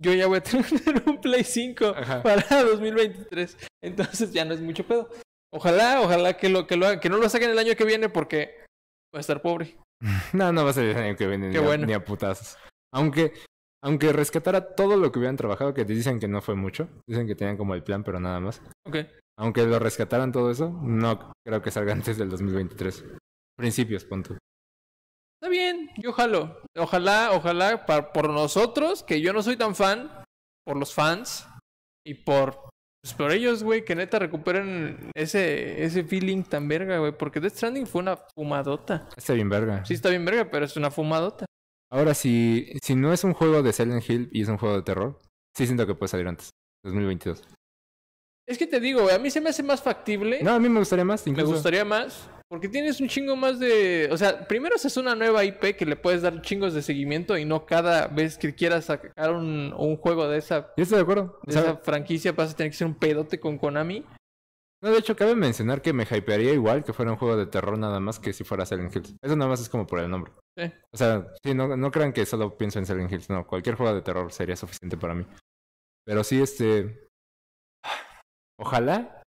Yo ya voy a tener un Play 5. Ajá. para 2023. Entonces ya no es mucho pedo. Ojalá, ojalá que lo que lo hagan- que no lo saquen el año que viene porque va a estar pobre. No, no va a salir el año que viene Qué ni, a- bueno. ni a putazos. Aunque, aunque rescatara todo lo que hubieran trabajado, que te dicen que no fue mucho. Dicen que tenían como el plan, pero nada más. Ok. Aunque lo rescataran todo eso, no creo que salga antes del 2023. Principios, punto. Está bien, yo jalo. Ojalá, ojalá pa- por nosotros, que yo no soy tan fan, por los fans y por pues por ellos, güey, que neta recuperen ese ese feeling tan verga, güey, porque Death Stranding fue una fumadota. Está bien verga. Sí está bien verga, pero es una fumadota. Ahora, si, si no es un juego de Silent Hill y es un juego de terror, sí siento que puede salir antes. 2022. Es que te digo, güey, a mí se me hace más factible No, a mí me gustaría más. Me Incluso. gustaría más. Porque tienes un chingo más de. O sea, primero es una nueva IP que le puedes dar chingos de seguimiento y no cada vez que quieras sacar un, un juego de esa, Yo estoy de acuerdo. O de sea, esa franquicia vas a tener que ser un pedote con Konami. No, de hecho, cabe mencionar que me hypearía igual que fuera un juego de terror nada más que si fuera Silent Hills. Eso nada más es como por el nombre. Sí. O sea, sí, no, no crean que solo pienso en Silent Hills. No, cualquier juego de terror sería suficiente para mí. Pero sí, este... Ojalá...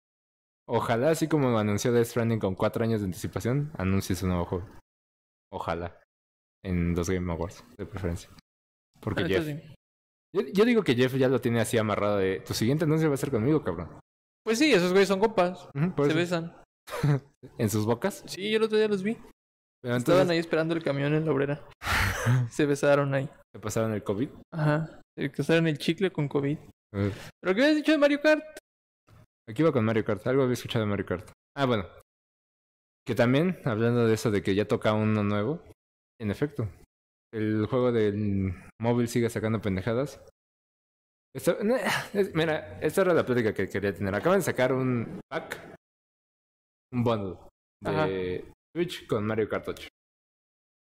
Ojalá, así como anunció Death Stranding con cuatro años de anticipación, anuncie su nuevo juego. Ojalá. En los Game Awards, de preferencia. Porque Bueno, Jeff... entonces, Yo, yo digo que Jeff ya lo tiene así amarrado de... Tu siguiente anuncio va a ser conmigo, cabrón. Pues sí, esos güeyes son compas. Ujú, por se eso. besan. En sus bocas. Sí, yo el otro día los vi. Pero Estaban ahí esperando el camión en la obrera. se besaron ahí. ¿Te pasaron el COVID? Ajá. Se casaron el chicle con COVID. Eh. ¿Pero qué habías dicho de Mario Kart? Aquí va con Mario Kart. Algo había escuchado de Mario Kart. Ah, bueno. Que también, hablando de eso de que ya toca uno nuevo, en efecto, el juego del móvil sigue sacando pendejadas. Esto- eh, es- mira, esta era la plática que quería tener. Acaban de sacar un pack, un bundle de Switch con Mario Kart 8.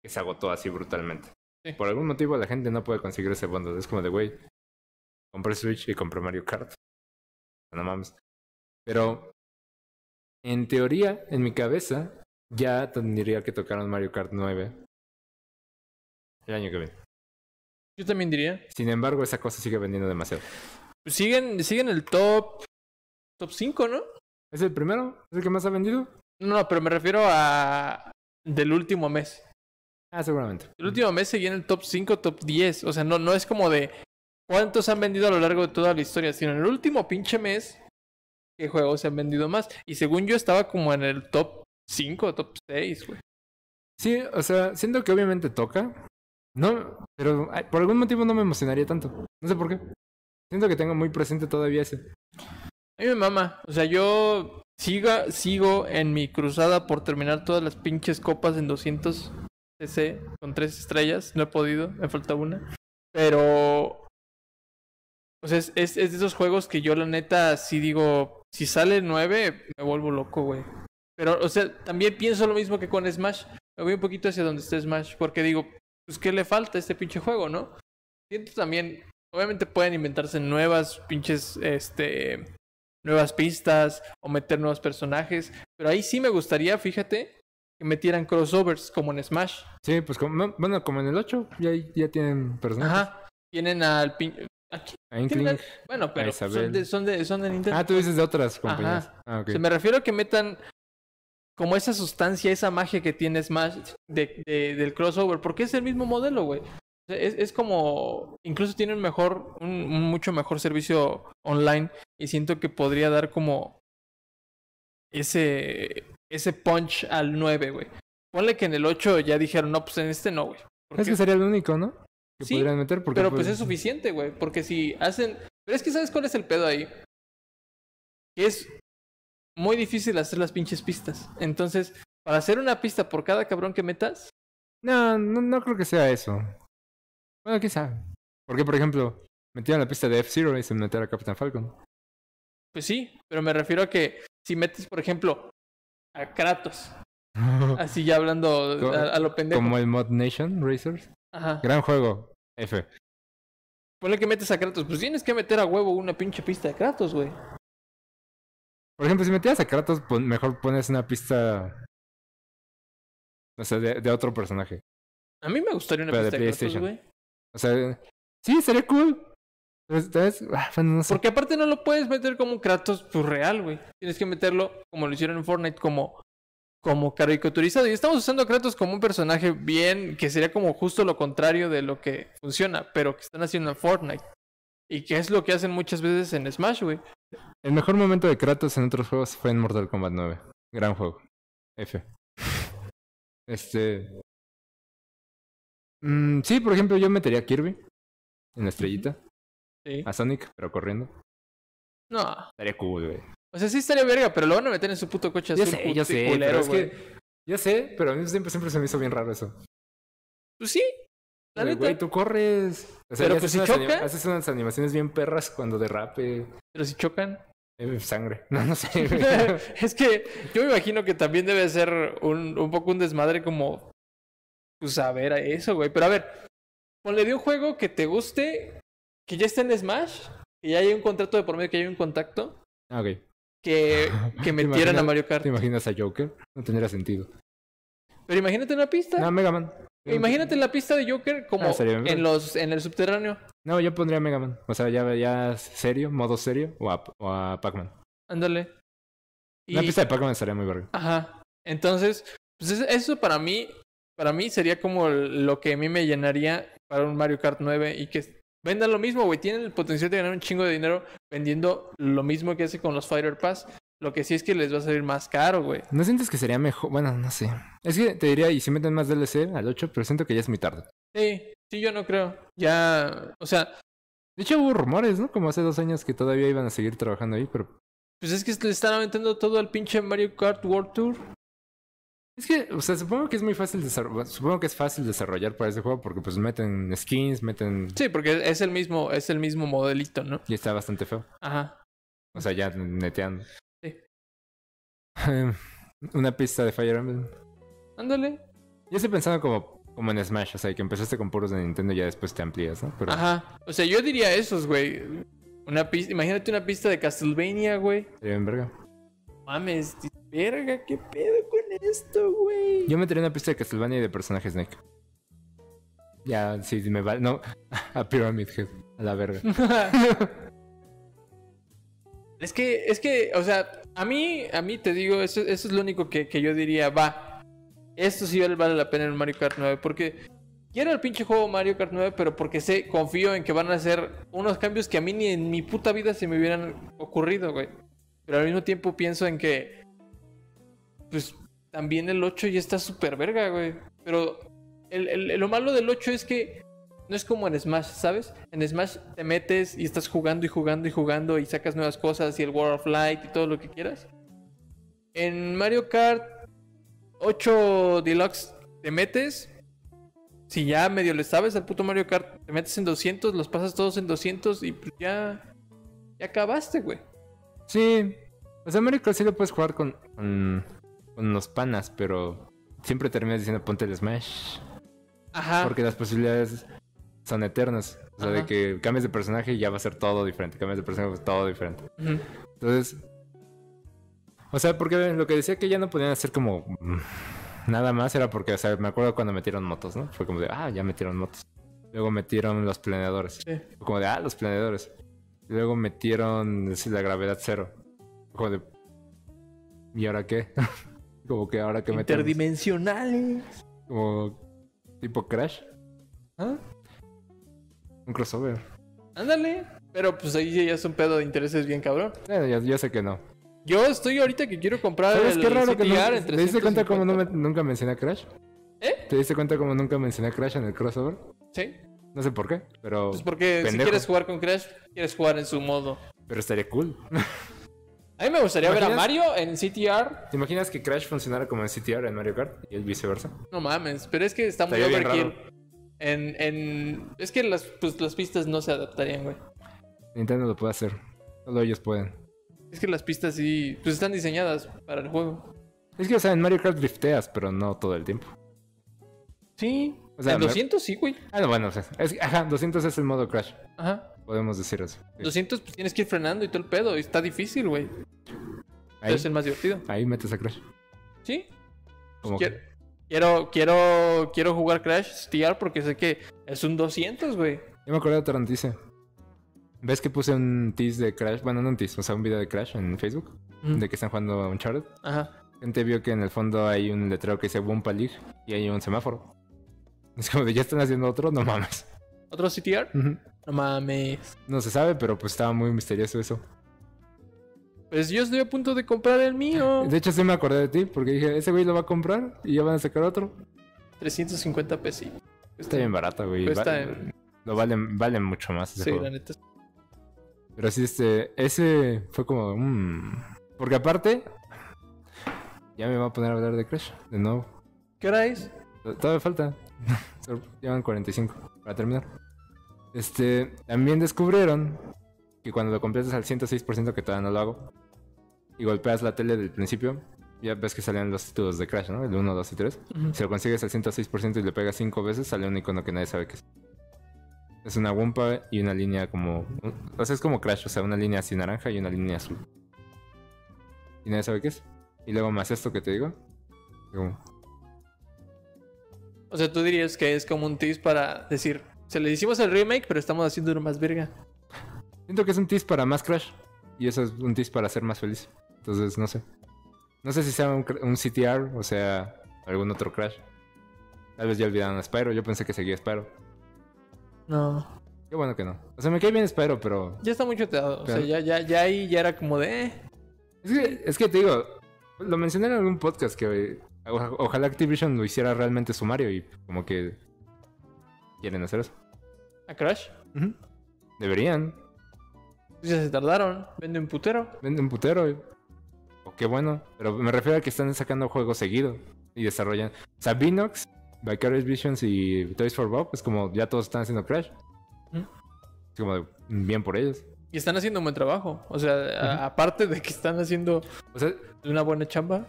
que se agotó así brutalmente. Sí. Por algún motivo la gente no puede conseguir ese bundle. Es como de, güey, compré Switch y compré Mario Kart. No mames. Pero, en teoría, en mi cabeza, ya tendría que tocar un Mario Kart 9 el año que viene. Yo también diría. Sin embargo, esa cosa sigue vendiendo demasiado. Pues siguen, siguen el top. Top 5, ¿no? ¿Es el primero? ¿Es el que más ha vendido? No, pero me refiero a. Del último mes. Ah, seguramente. El último mes seguía en el top 5, top 10. O sea, no, no es como de cuántos han vendido a lo largo de toda la historia, sino en el último pinche mes, qué juegos se han vendido más. Y según yo estaba como en el top 5, top 6, güey. Sí, o sea, siento que obviamente toca. No, pero ay, por algún motivo no me emocionaría tanto. No sé por qué. Siento que tengo muy presente todavía ese. A mí me mama. O sea, yo siga, sigo en mi cruzada por terminar todas las pinches copas en 200 CC con tres estrellas. No he podido, me falta una. Pero. O sea, es, es, es de esos juegos que yo, la neta, sí digo. Si sale 9, me vuelvo loco, güey. Pero, o sea, también pienso lo mismo que con Smash. Me voy un poquito hacia donde está Smash. Porque digo, pues, ¿qué le falta a este pinche juego, no? Siento también. Obviamente pueden inventarse nuevas pinches. Este nuevas pistas o meter nuevos personajes. Pero ahí sí me gustaría, fíjate, que metieran crossovers como en Smash. Sí, pues como, bueno, como en el 8 ya, ya tienen personajes. Ajá. Tienen al pin... ¿a quién? Ah. A Inkling. Tienen al- Bueno, pero son Isabel. de, son, de, son de Nintendo. Ah, tú dices de otras compañías. Ah, ok. O sea, me refiero a que metan como esa sustancia, esa magia que tiene Smash de, de- del crossover, porque es el mismo modelo, güey. O sea, Es, es como, incluso tiene un mejor, un, un mucho mejor servicio online y siento que podría dar como ese, ese punch al 9, güey. Ponle que en el 8 ya dijeron, no, pues en este no, güey. Porque- Es que sería el único, ¿no? Que Sí, podrían meter porque pero pues pues- es suficiente, güey. Porque si hacen. Pero es que sabes cuál es el pedo ahí. Que es muy difícil hacer las pinches pistas. Entonces, para hacer una pista por cada cabrón que metas. No, no, no creo que sea eso. Bueno, quizá. Porque, por ejemplo, metieron la pista de F-Zero y se metieron a Captain Falcon. Pues sí. Pero me refiero a que si metes, por ejemplo, a Kratos. Así ya hablando Co- a, a lo pendejo. Como el Mod Nation Racers. Ajá. Gran juego. F. Ponle que metes a Kratos. Pues tienes que meter a huevo una pinche pista de Kratos, güey. Por ejemplo, si metías a Kratos, pon- mejor pones una pista. O sea, de, de otro personaje. A mí me gustaría una Pero de pista de Kratos, PlayStation. güey. O sea, sí, sería cool. Pero, ¿sabes? Ah, Bueno, no sé. Porque aparte no lo puedes meter como un Kratos pues, real, güey. Tienes que meterlo como lo hicieron en Fortnite, como, como caricaturizado. Y estamos usando a Kratos como un personaje bien, que sería como justo lo contrario de lo que funciona, pero que están haciendo en Fortnite. Y que es lo que hacen muchas veces en Smash, güey. El mejor momento de Kratos en otros juegos fue en Mortal Kombat 9. Gran juego. F. Este. mm, sí, por ejemplo, yo metería a Kirby en la estrellita. Sí. A Sonic, pero corriendo. No. Estaría cool, güey. O sea, sí estaría verga, pero lo van a meter en su puto coche Yo azul. sé, puto yo y sé. culero, pero es güey. que. Yo sé, pero a mí siempre, siempre se me hizo bien raro eso. Pues sí. La Pero, neta. Güey, tú corres. O sea, Pero y pues haces si unas choca. anim- Haces unas animaciones bien perras cuando derrape. Pero si chocan. eh, sangre. No, no sé. güey. es que yo me imagino que también debe ser un, un poco un desmadre como pues a ver a eso, güey. Pero a ver, ponle de un juego que te guste, que ya esté en Smash, que ya hay un contrato de por medio, que hay un contacto, Ah, ok. que, que ¿Te metieran a imaginas- Mario Kart. ¿Te imaginas a Joker? No tendría sentido. Pero imagínate una pista. No, Mega Man. Imagínate la pista de Joker como Ah, sería bien en verga. los en el subterráneo. No, yo pondría Mega Man. O sea, ya, ya serio, modo serio, o a, o a Pac-Man. Ándale. Una Y- pista de Pac-Man estaría muy verga. Ajá. Entonces, pues es- eso para mí, para mí sería como el- lo que a mí me llenaría para un Mario Kart 9 y que vendan lo mismo, güey. Tienen el potencial de ganar un chingo de dinero vendiendo lo mismo que hace con los Fighter Pass. Lo que sí es que les va a salir más caro, güey. ¿No sientes que sería mejor? Bueno, no sé. Es que te diría, y si meten más DLC al 8, pero siento que ya es muy tarde. Sí, sí, yo no creo. Ya, o sea, De hecho, hubo rumores, ¿no? Como hace dos años que todavía iban a seguir trabajando ahí, pero... pues es que le están aventando todo al pinche Mario Kart World Tour. Es que, o sea, supongo que es muy fácil desarrollar... Supongo que es fácil desarrollar para ese juego porque pues meten skins, meten... Sí, porque es el mismo, es el mismo modelito, ¿no? Y está bastante feo. Ajá. O sea, ya neteando. Sí. Em, Una pista de Fire Emblem. Ándale. Yo estoy pensando como Como en Smash, o sea, que empezaste con puros de Nintendo y ya después te amplías, ¿no? Pero Ajá. O sea, yo diría esos, güey. Una pista, imagínate una pista de Castlevania, güey. estaría bien verga. Mames, di- verga, qué pedo con esto, güey. Yo me traía una pista de Castlevania y de personajes Snake. Ya, sí, me vale. No, a Pyramid Head. A la verga. es que, es que, o sea, a mí, a mí te digo, eso, eso es lo único que, que yo diría, va. Esto sí vale la pena en Mario Kart 9, porque quiero el pinche juego Mario Kart 9, pero porque sé, confío en que van a hacer unos cambios que a mí ni en mi puta vida se me hubieran ocurrido, güey. Pero al mismo tiempo pienso en que, pues, también el 8 ya está súper verga, güey. Pero el- el- lo malo del 8 es que no es como en Smash, ¿sabes? En Smash te metes y estás jugando y jugando y jugando y sacas nuevas cosas y el World of Light y todo lo que quieras. En Mario Kart 8 Deluxe te metes. Si ya medio le sabes al puto Mario Kart, te metes en 200, los pasas todos en 200 y pues ya. Ya acabaste, güey. Sí. O sea, Mario Kart sí lo puedes jugar con, con, con los panas, pero siempre terminas diciendo ponte el Smash. Ajá. Porque las posibilidades son eternas. O sea, de Ah. Ajá. que cambies de personaje y ya va a ser todo diferente. Cambias de personaje, pues todo diferente. Ujú. Entonces. O sea, porque lo que decía que ya no podían hacer como. mm, Nada más era porque, o sea, me acuerdo cuando metieron motos, ¿no? Fue como de, ah, ya metieron motos. Luego metieron los planeadores. Sí. Fue como de, ah, los planeadores. Luego metieron sí, la gravedad cero. Fue Como de. ¿Y ahora qué? como que ahora que metieron. Interdimensionales. Como. Tipo Crash. ¿Ah? Un crossover. Ándale. Pero pues ahí ya es un pedo de intereses bien cabrón. Bueno, Eh, ya, ya sé que no. Yo estoy ahorita que quiero comprar ¿Sabes el qué raro que no, CTR en ¿Te diste cuenta cómo no 350? me- nunca mencioné a Crash? ¿Eh? ¿Te diste cuenta cómo nunca mencioné a Crash en el crossover? Sí. No sé por qué, pero, Pues porque si pendejo. quieres jugar con Crash, quieres jugar en su modo. pero estaría cool. A mí me gustaría ver a ¿Imaginas? Mario en CTR. ¿Te imaginas que Crash funcionara como en CTR en Mario Kart y el viceversa? No mames, pero es que está muy Estaría bien overkill. En, en... Es que las, pues, las pistas no se adaptarían, güey. Nintendo lo puede hacer. Solo ellos pueden. Es que las pistas sí, pues están diseñadas para el juego. Es que, o sea, en Mario Kart drifteas, pero no todo el tiempo. Sí. O sea, en me- 200 sí, güey. Ah, no, bueno, o sea, es, ajá, 200 es el modo Crash. Ajá. Podemos decir eso. Sí. 200 pues, tienes que ir frenando y todo el pedo. y está difícil, güey. Pero Ahí, Es el más divertido. ahí metes a Crash. Sí. Como Quiero, quiero, quiero, quiero jugar Crash CTR porque sé que es un 200, güey. Yo me acuerdo de otra noticia. ¿Ves que puse un tease de Crash? Bueno, no un tease, o sea, un video de Crash en Facebook. Mm. De que están jugando a Uncharted. Ajá. gente vio que en el fondo hay un letrero que dice Wumpa League y hay un semáforo. Es como de ya están haciendo otro, no mames. ¿Otro CTR? Ujú. No mames. No se sabe, pero pues estaba muy misterioso eso. Pues yo estoy a punto de comprar el mío. De hecho, sí me acordé de ti porque dije, ese güey lo va a comprar y ya van a sacar otro. 350 pesitos. Está bien barato, güey. Cuesta Va- en- Lo valen, valen mucho más. ese Pues, Sí, juego. la neta. Pero sí, este, ese fue como... mm. Porque aparte, ya me va a poner a hablar de Crash de nuevo. ¿Qué hora es? Todavía falta. Solo Llevan 45 para terminar. Este, también descubrieron que cuando lo completas al 106%, que todavía no lo hago, y golpeas la tele del principio, ya ves que salían los títulos de Crash, ¿no? El 1, 2 y 3. Si lo consigues al 106% y le pegas 5 veces, sale un icono que nadie sabe qué es. Es una Wumpa y una línea como... O sea, es como Crash, o sea, una línea así naranja y una línea azul. Y nadie sabe qué es. Y luego más esto que te digo. Digo, O sea, tú dirías que es como un tease para decir, se le hicimos el remake, pero estamos haciendo uno más verga. Siento que es un tis para más Crash. Y eso es un tis para ser más feliz. Entonces, no sé. No sé si sea un, cr- un CTR, o sea, algún otro Crash. Tal vez ya olvidaron a Spyro. Yo pensé que seguía Spyro. No. Qué bueno que no. O sea, me cae bien Spyro, pero. Ya está muy choteado. O sea, Claro. ya, ya, ya ahí ya era como de. eh. Es que, es que te digo, lo mencioné en algún podcast que o- ojalá Activision lo hiciera realmente sumario y como que. Quieren hacer eso. ¿A Crash? Ujú. Deberían. Pues ya se tardaron. Vende un putero. Vende un putero. y- O qué bueno. Pero me refiero a que están sacando juegos seguido y desarrollan. O sea, Vinox, Vicarious Visions y Toys for Bob, es como ya todos están haciendo Crash. Ujú. Es como de, bien por ellos. Y están haciendo un buen trabajo. O sea, a- Ujú. aparte de que están haciendo O sea, una buena chamba.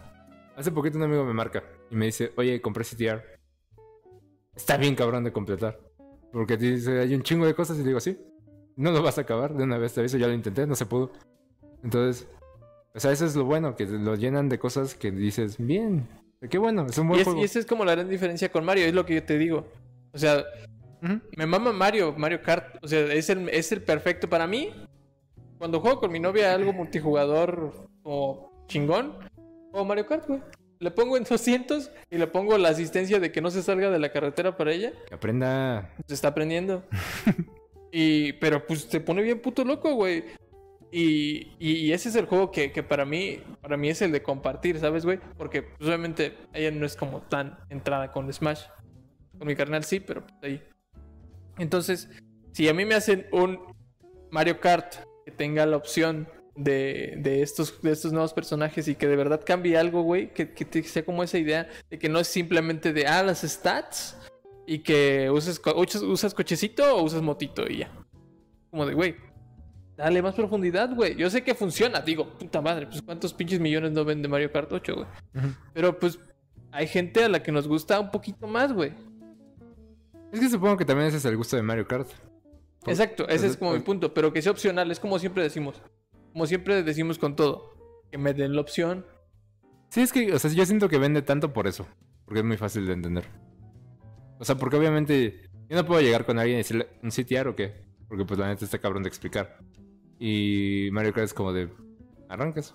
hace poquito un amigo me marca y me dice, oye, compré CTR. está bien cabrón de completar. Porque dice, hay un chingo de cosas y digo, sí, no lo vas a acabar de una vez, te aviso, ya lo intenté, no se pudo. Entonces, o sea, eso es lo bueno, que lo llenan de cosas que dices, bien, qué bueno, es un buen Y, es- juego. y esa es como la gran diferencia con Mario, es lo que yo te digo. O sea, Ujú. me mama Mario, Mario Kart. O sea, es el, es el perfecto para mí. Cuando juego con mi novia algo multijugador o chingón, o Mario Kart, güey. Le pongo en 200 y le pongo la asistencia de que no se salga de la carretera para ella. Que aprenda se está aprendiendo. y, pero pues se pone bien puto loco, güey. Y, y, y ese es el juego que, que para mí, para mí es el de compartir, ¿sabes, güey? Porque pues, obviamente ella no es como tan entrada con Smash. Con mi carnal sí, pero pues, ahí. Entonces, si a mí me hacen un Mario Kart que tenga la opción de, de estos, de estos nuevos personajes y que de verdad cambie algo, güey, que, que te- sea como esa idea de que no es simplemente de, ah, las stats y que uses, co- usas, usas cochecito o usas motito y ya. Como de, güey, dale más profundidad, güey. Yo sé que funciona, digo, puta madre, pues cuántos pinches millones no vende Mario Kart 8, güey. Ujú. Pero pues hay gente a la que nos gusta un poquito más, güey. Es que supongo que también ese es el gusto de Mario Kart. Por- Exacto, ese es entonces, como mi pues- punto, pero que sea opcional, es como siempre decimos. Como siempre decimos con todo, que me den la opción. Sí, es que, o sea, yo siento que vende tanto por eso. Porque es muy fácil de entender. O sea, porque obviamente yo no puedo llegar con alguien y decirle, ¿un CTR o qué? Porque pues la neta está cabrón de explicar. Y Mario Kart es como de, arrancas.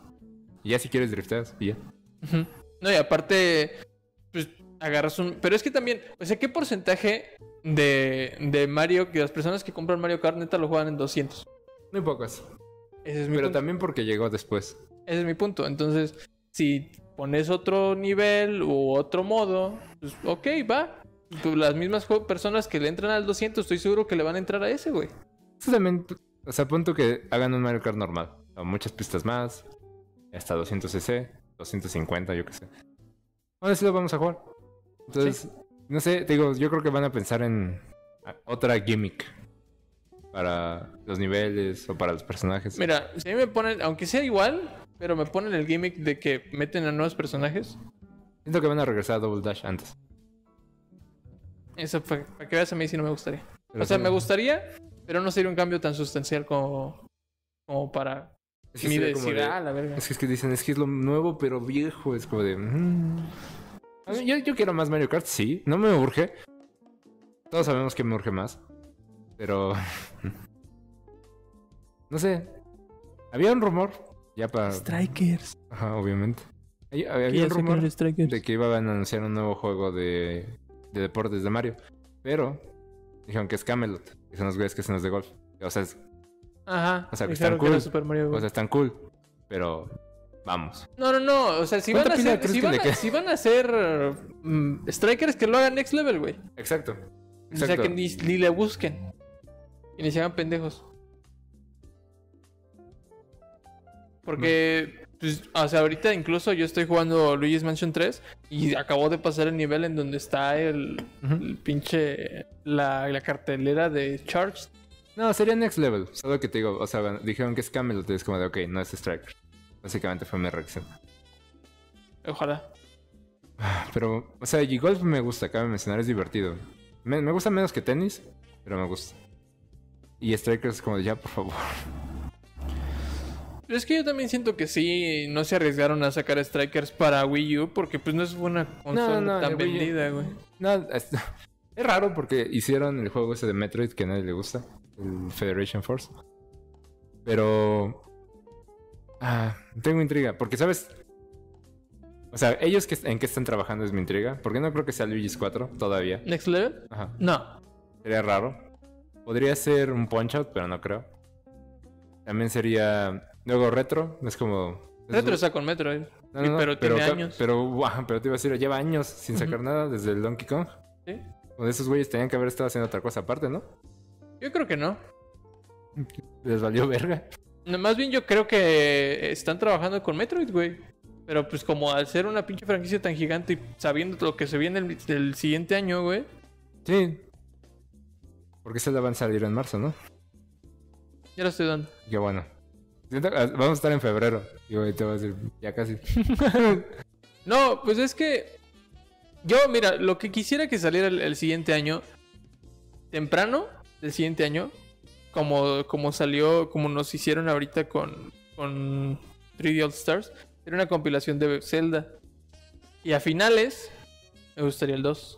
Y ya si quieres drifteas y ya. Ujú. No, y aparte, pues agarras un. Pero es que también, o sea, ¿qué porcentaje de, de Mario, que las personas que compran Mario Kart neta lo juegan en 200? Muy pocas. Ese es mi Pero punto. también porque llegó después. Ese es mi punto. Entonces, si pones otro nivel u otro modo, pues ok, va. Tú- Las mismas jue- personas que le entran al 200, estoy seguro que le van a entrar a ese, güey. Eso también, o sea, punto que hagan un Mario Kart normal. O sea, muchas pistas más. Hasta 200 cc, 250, yo qué sé. Ahora sí lo vamos a jugar. Entonces, no sé, te digo, yo creo que van a pensar en a- otra gimmick. Para los niveles o para los personajes. Mira, si a mí me ponen, aunque sea igual, pero me ponen el gimmick de que meten a nuevos personajes. Siento que van a regresar a Double Dash antes. Eso, para que veas, a mí sí no me gustaría. Pero o sea, sí, me gustaría, pero no sería un cambio tan sustancial como, como para es que mi sería como decir, de- ah, la verga. Es que, es que dicen, es que es lo nuevo pero viejo. Es como de... mm. A mí- Yo, yo quiero más Mario Kart, sí. No me urge. Todos sabemos que me urge más. Pero... no sé. Había un rumor. Ya para... Strikers. Ajá, obviamente. Hay- Ah, había un rumor de que iban a anunciar un nuevo juego de, de deportes de Mario. Pero... Dijeron que es Camelot. Que son los güeyes que hacen los de golf. O sea, es- Ajá. O sea, que dijeron están era cool. Super Mario o Bros. sea están cool. Pero... Vamos. No, no, no. O sea, si van ¿Cuánta a pila hacer, crees si que van le a, queda? si van a hacer mm, Strikers, que lo hagan next level, güey. Exacto. O sea, Exacto. que ni, ni le busquen. Y ni se hagan pendejos. Porque, pues, o sea, ahorita incluso yo estoy jugando Luigi's Mansion 3 y acabo de pasar el nivel en donde está el, Ujú. el pinche. La, la cartelera de Charge. No, sería Next Level. Solo que te digo, o sea, bueno, dijeron que es Camelot y es como de, ok, no es Striker. Básicamente fue mi reacción. Ojalá. Pero, o sea, y golf me gusta, cabe mencionar, es divertido. Me, me gusta menos que tenis, pero me gusta. Y Strikers es como de, ya, por favor. Pero es que yo también siento que sí, no se arriesgaron a sacar Strikers para Wii U porque, pues, no es una consola no, tan de Wii U. vendida, güey. No, es, es raro porque hicieron el juego ese de Metroid que a nadie le gusta, el Federation Force. Pero... ah, tengo intriga, porque sabes... O sea, ellos que, en qué están trabajando es mi intriga, porque no creo que sea Luigi's 4 todavía. ¿Next level? Ajá. No. Sería raro. Podría ser un punch out, pero no creo. También sería. Luego retro. Es como. es- Retro está con Metroid. No, no, no, pero tiene ca- años. Pero, guau, pero te iba a decir, lleva años sin Ujú. sacar nada desde el Donkey Kong. Sí. Donde esos güeyes tenían que haber estado haciendo otra cosa aparte, ¿no? Yo creo que no. Les valió verga. No, más bien yo creo que están trabajando con Metroid, güey. Pero pues como al ser una pinche franquicia tan gigante y sabiendo lo que se viene el, el siguiente año, güey. Sí. Porque se la van a salir en marzo, ¿no? Ya lo estoy dando. Qué bueno. Siento- ah, vamos a estar en febrero. Y güey, te voy a decir, ya casi. No, pues es que Yo, mira, lo que quisiera que saliera el, el siguiente año, temprano del siguiente año, como, como salió, como nos hicieron ahorita con, con 3D All Stars, era una compilación de Zelda. Y a finales, me gustaría el 2.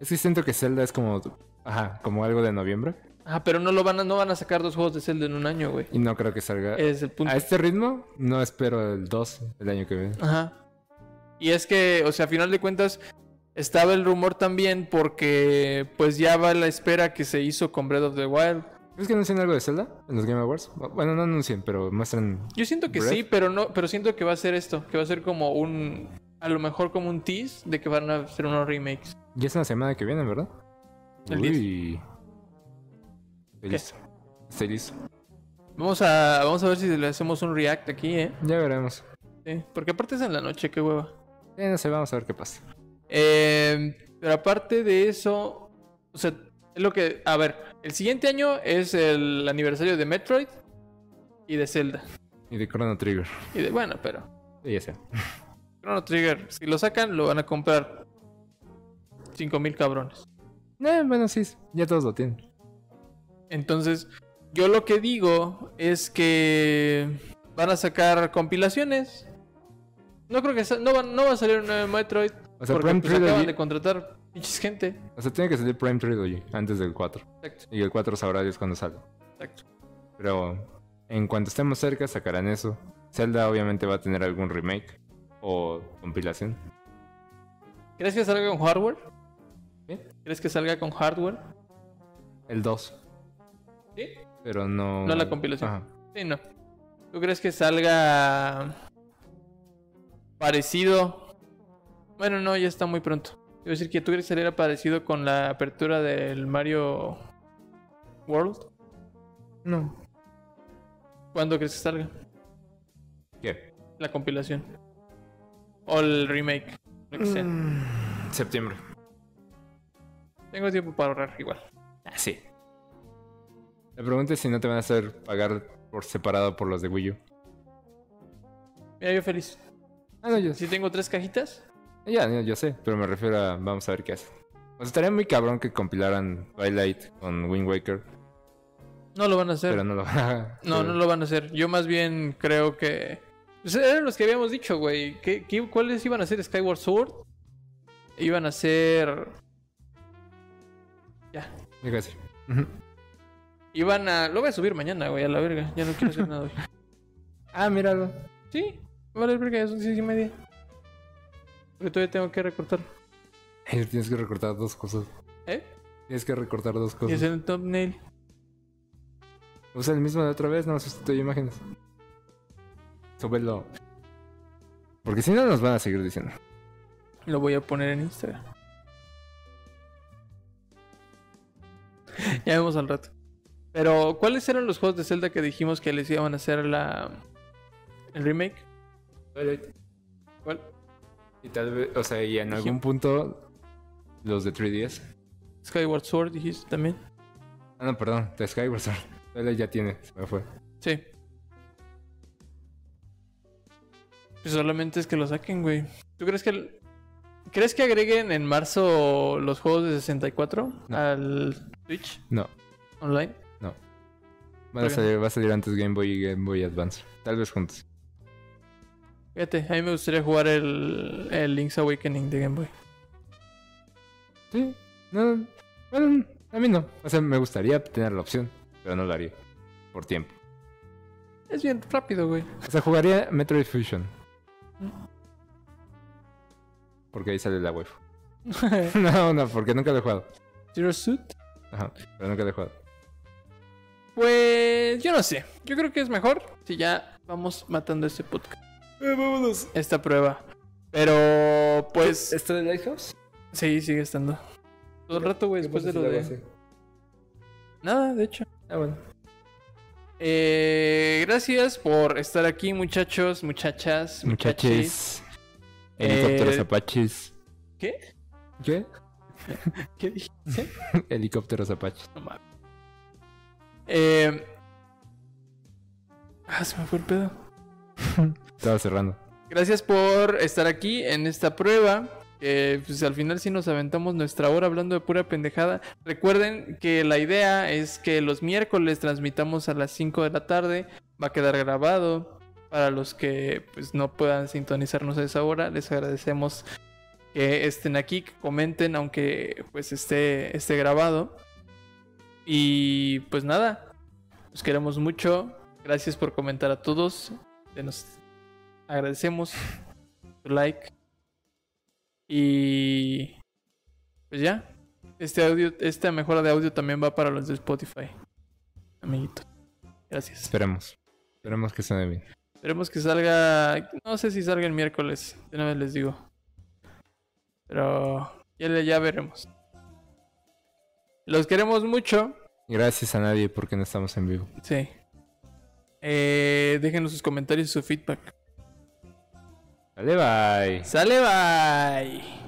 Es que siento que Zelda es como. Ajá, como algo de noviembre. Ah, pero no lo van a, no van a sacar dos juegos de Zelda en un año, güey. Y no creo que salga. Es el punto. A este ritmo, no espero el 2 el año que viene. Ajá. Y es que, o sea, a final de cuentas, estaba el rumor también porque pues ya va la espera que se hizo con Breath of the Wild. ¿Crees que anuncian algo de Zelda en los Game Awards? Bueno, no anuncian, pero muestran. Yo siento que Breath. sí, pero no, pero siento que va a ser esto, que va a ser como un a lo mejor como un tease de que van a hacer unos remakes. Ya es la semana que viene, ¿verdad? El Uy. Estoy listo. Estoy listo. Vamos a vamos a ver si le hacemos un react aquí, eh. Ya veremos. Sí, porque aparte es en la noche, qué hueva. Eh, no sé, vamos a ver qué pasa. Eh, pero aparte de eso, o sea, es lo que. A ver, el siguiente año es el aniversario de Metroid y de Zelda. Y de Chrono Trigger. Y de, bueno, pero. Sí, ya sé. Chrono Trigger, si lo sacan, lo van a comprar 5000 cabrones. Eh, bueno, sí, ya todos lo tienen. Entonces, yo lo que digo es que van a sacar compilaciones. No creo que sa- no, va, no va a salir un nuevo Metroid. O sea, porque Prime pues, Trilogy- acaban de contratar pinches gente. O sea, tiene que salir Prime Trilogy antes del 4. Exacto, Y el 4 sabrá Dios cuando salga. exacto. Pero en cuanto estemos cerca, sacarán eso. Zelda obviamente va a tener algún remake o compilación. ¿Crees que salga con hardware? ¿Eh? ¿Crees que salga con hardware? El 2. ¿Sí? Pero no. No la compilación. Ajá. Sí, no. ¿Tú crees que salga parecido? Bueno, no, ya está muy pronto. Quiero decir que tú crees que saliera parecido con la apertura del Mario World. No. ¿Cuándo crees que salga ¿Qué? la compilación? O el remake. Lo que sea. Mm, Septiembre. Tengo tiempo para ahorrar igual. Ah, sí. La pregunta es si no te van a hacer pagar por separado por los de Wii U. Mira, yo feliz. Ah, no, yo Si tengo tres cajitas, Ya, ya, yo sé, pero me refiero a. Vamos a ver qué hacen. O sea, estaría muy cabrón que compilaran Twilight con Wind Waker, no lo van a hacer. pero no lo van a. No, no lo van a hacer. Yo más bien creo que. Pues eran los que habíamos dicho, güey. ¿Qué, qué- cuáles iban a ser Skyward Sword? Iban a ser. Ya. Digo así. Ujú. Iban a. Lo voy a subir mañana, güey, a la verga. Ya no quiero hacer nada hoy. Ah, míralo. Sí, vale, verga, ya son seis y media. Porque todavía tengo que recortar. Eh, Tienes que recortar dos cosas. ¿Eh? Tienes que recortar dos Y cosas. hacer el thumbnail. Usa el mismo de otra vez, no sustituye imágenes. Súbelo. Porque si no, nos van a seguir diciendo. Lo voy a poner en Instagram. ya vemos al rato. Pero, ¿cuáles eran los juegos de Zelda que dijimos que les iban a hacer la el remake? ¿Cuál? Y tal vez, o sea, y en algún algún punto, los de 3DS. Skyward Sword dijiste también. Ah, no, perdón, de Skyward Sword. Twilight ya tiene, se me fue. Sí. Pues solamente es que lo saquen, güey. ¿Tú crees que el- crees que agreguen en marzo los juegos de 64 No. al Switch No, online? van a Ok. salir, va a salir antes Game Boy y Game Boy Advance. Tal vez juntos. Fíjate, a mí me gustaría jugar el, el Link's Awakening de Game Boy. Sí, no. Bueno, a mí no. O sea, me gustaría tener la opción, pero no la haría. Por tiempo. Es bien rápido, güey. O sea, jugaría Metroid Fusion. Mm. Porque ahí sale la waifu. No, no, porque nunca lo he jugado. Zero Suit. Ajá, pero nunca lo he jugado. Pues yo no sé. Yo creo que es mejor si ya vamos matando este podcast, vámonos. esta prueba. Pero pues ¿Esto de Lighthouse? sí, sigue estando. Todo el rato, güey, después de lo de nada, de hecho. Ah, bueno. Eh, gracias por estar aquí, muchachos, muchachas, muchachis. Muchachos. Helicópteros Eh, apaches. ¿qué? ¿Qué? ¿Qué dije? Helicópteros apaches. No mames. Eh... Ah, se me fue el pedo. Estaba cerrando. Gracias por estar aquí en esta prueba. Eh, pues al final sí nos aventamos nuestra hora hablando de pura pendejada. Recuerden que la idea es que los miércoles transmitamos a las 5 de la tarde. Va a quedar grabado. Para los que pues, no puedan sintonizarnos a esa hora, les agradecemos que estén aquí, que comenten, aunque pues esté, esté grabado. Y pues nada, los queremos mucho. Gracias por comentar a todos. Se nos agradecemos su like. Y pues ya. Este audio, esta mejora de audio también va para los de Spotify. Amiguitos. Gracias. Esperemos. Esperemos que suene bien. Esperemos que salga. No sé si salga el miércoles. De una vez les digo. Pero ya, le- ya veremos. Los queremos mucho. Gracias a nadie porque no estamos en vivo. Sí. Eh, déjenos sus comentarios y su feedback. Dale, bye. Sale, bye.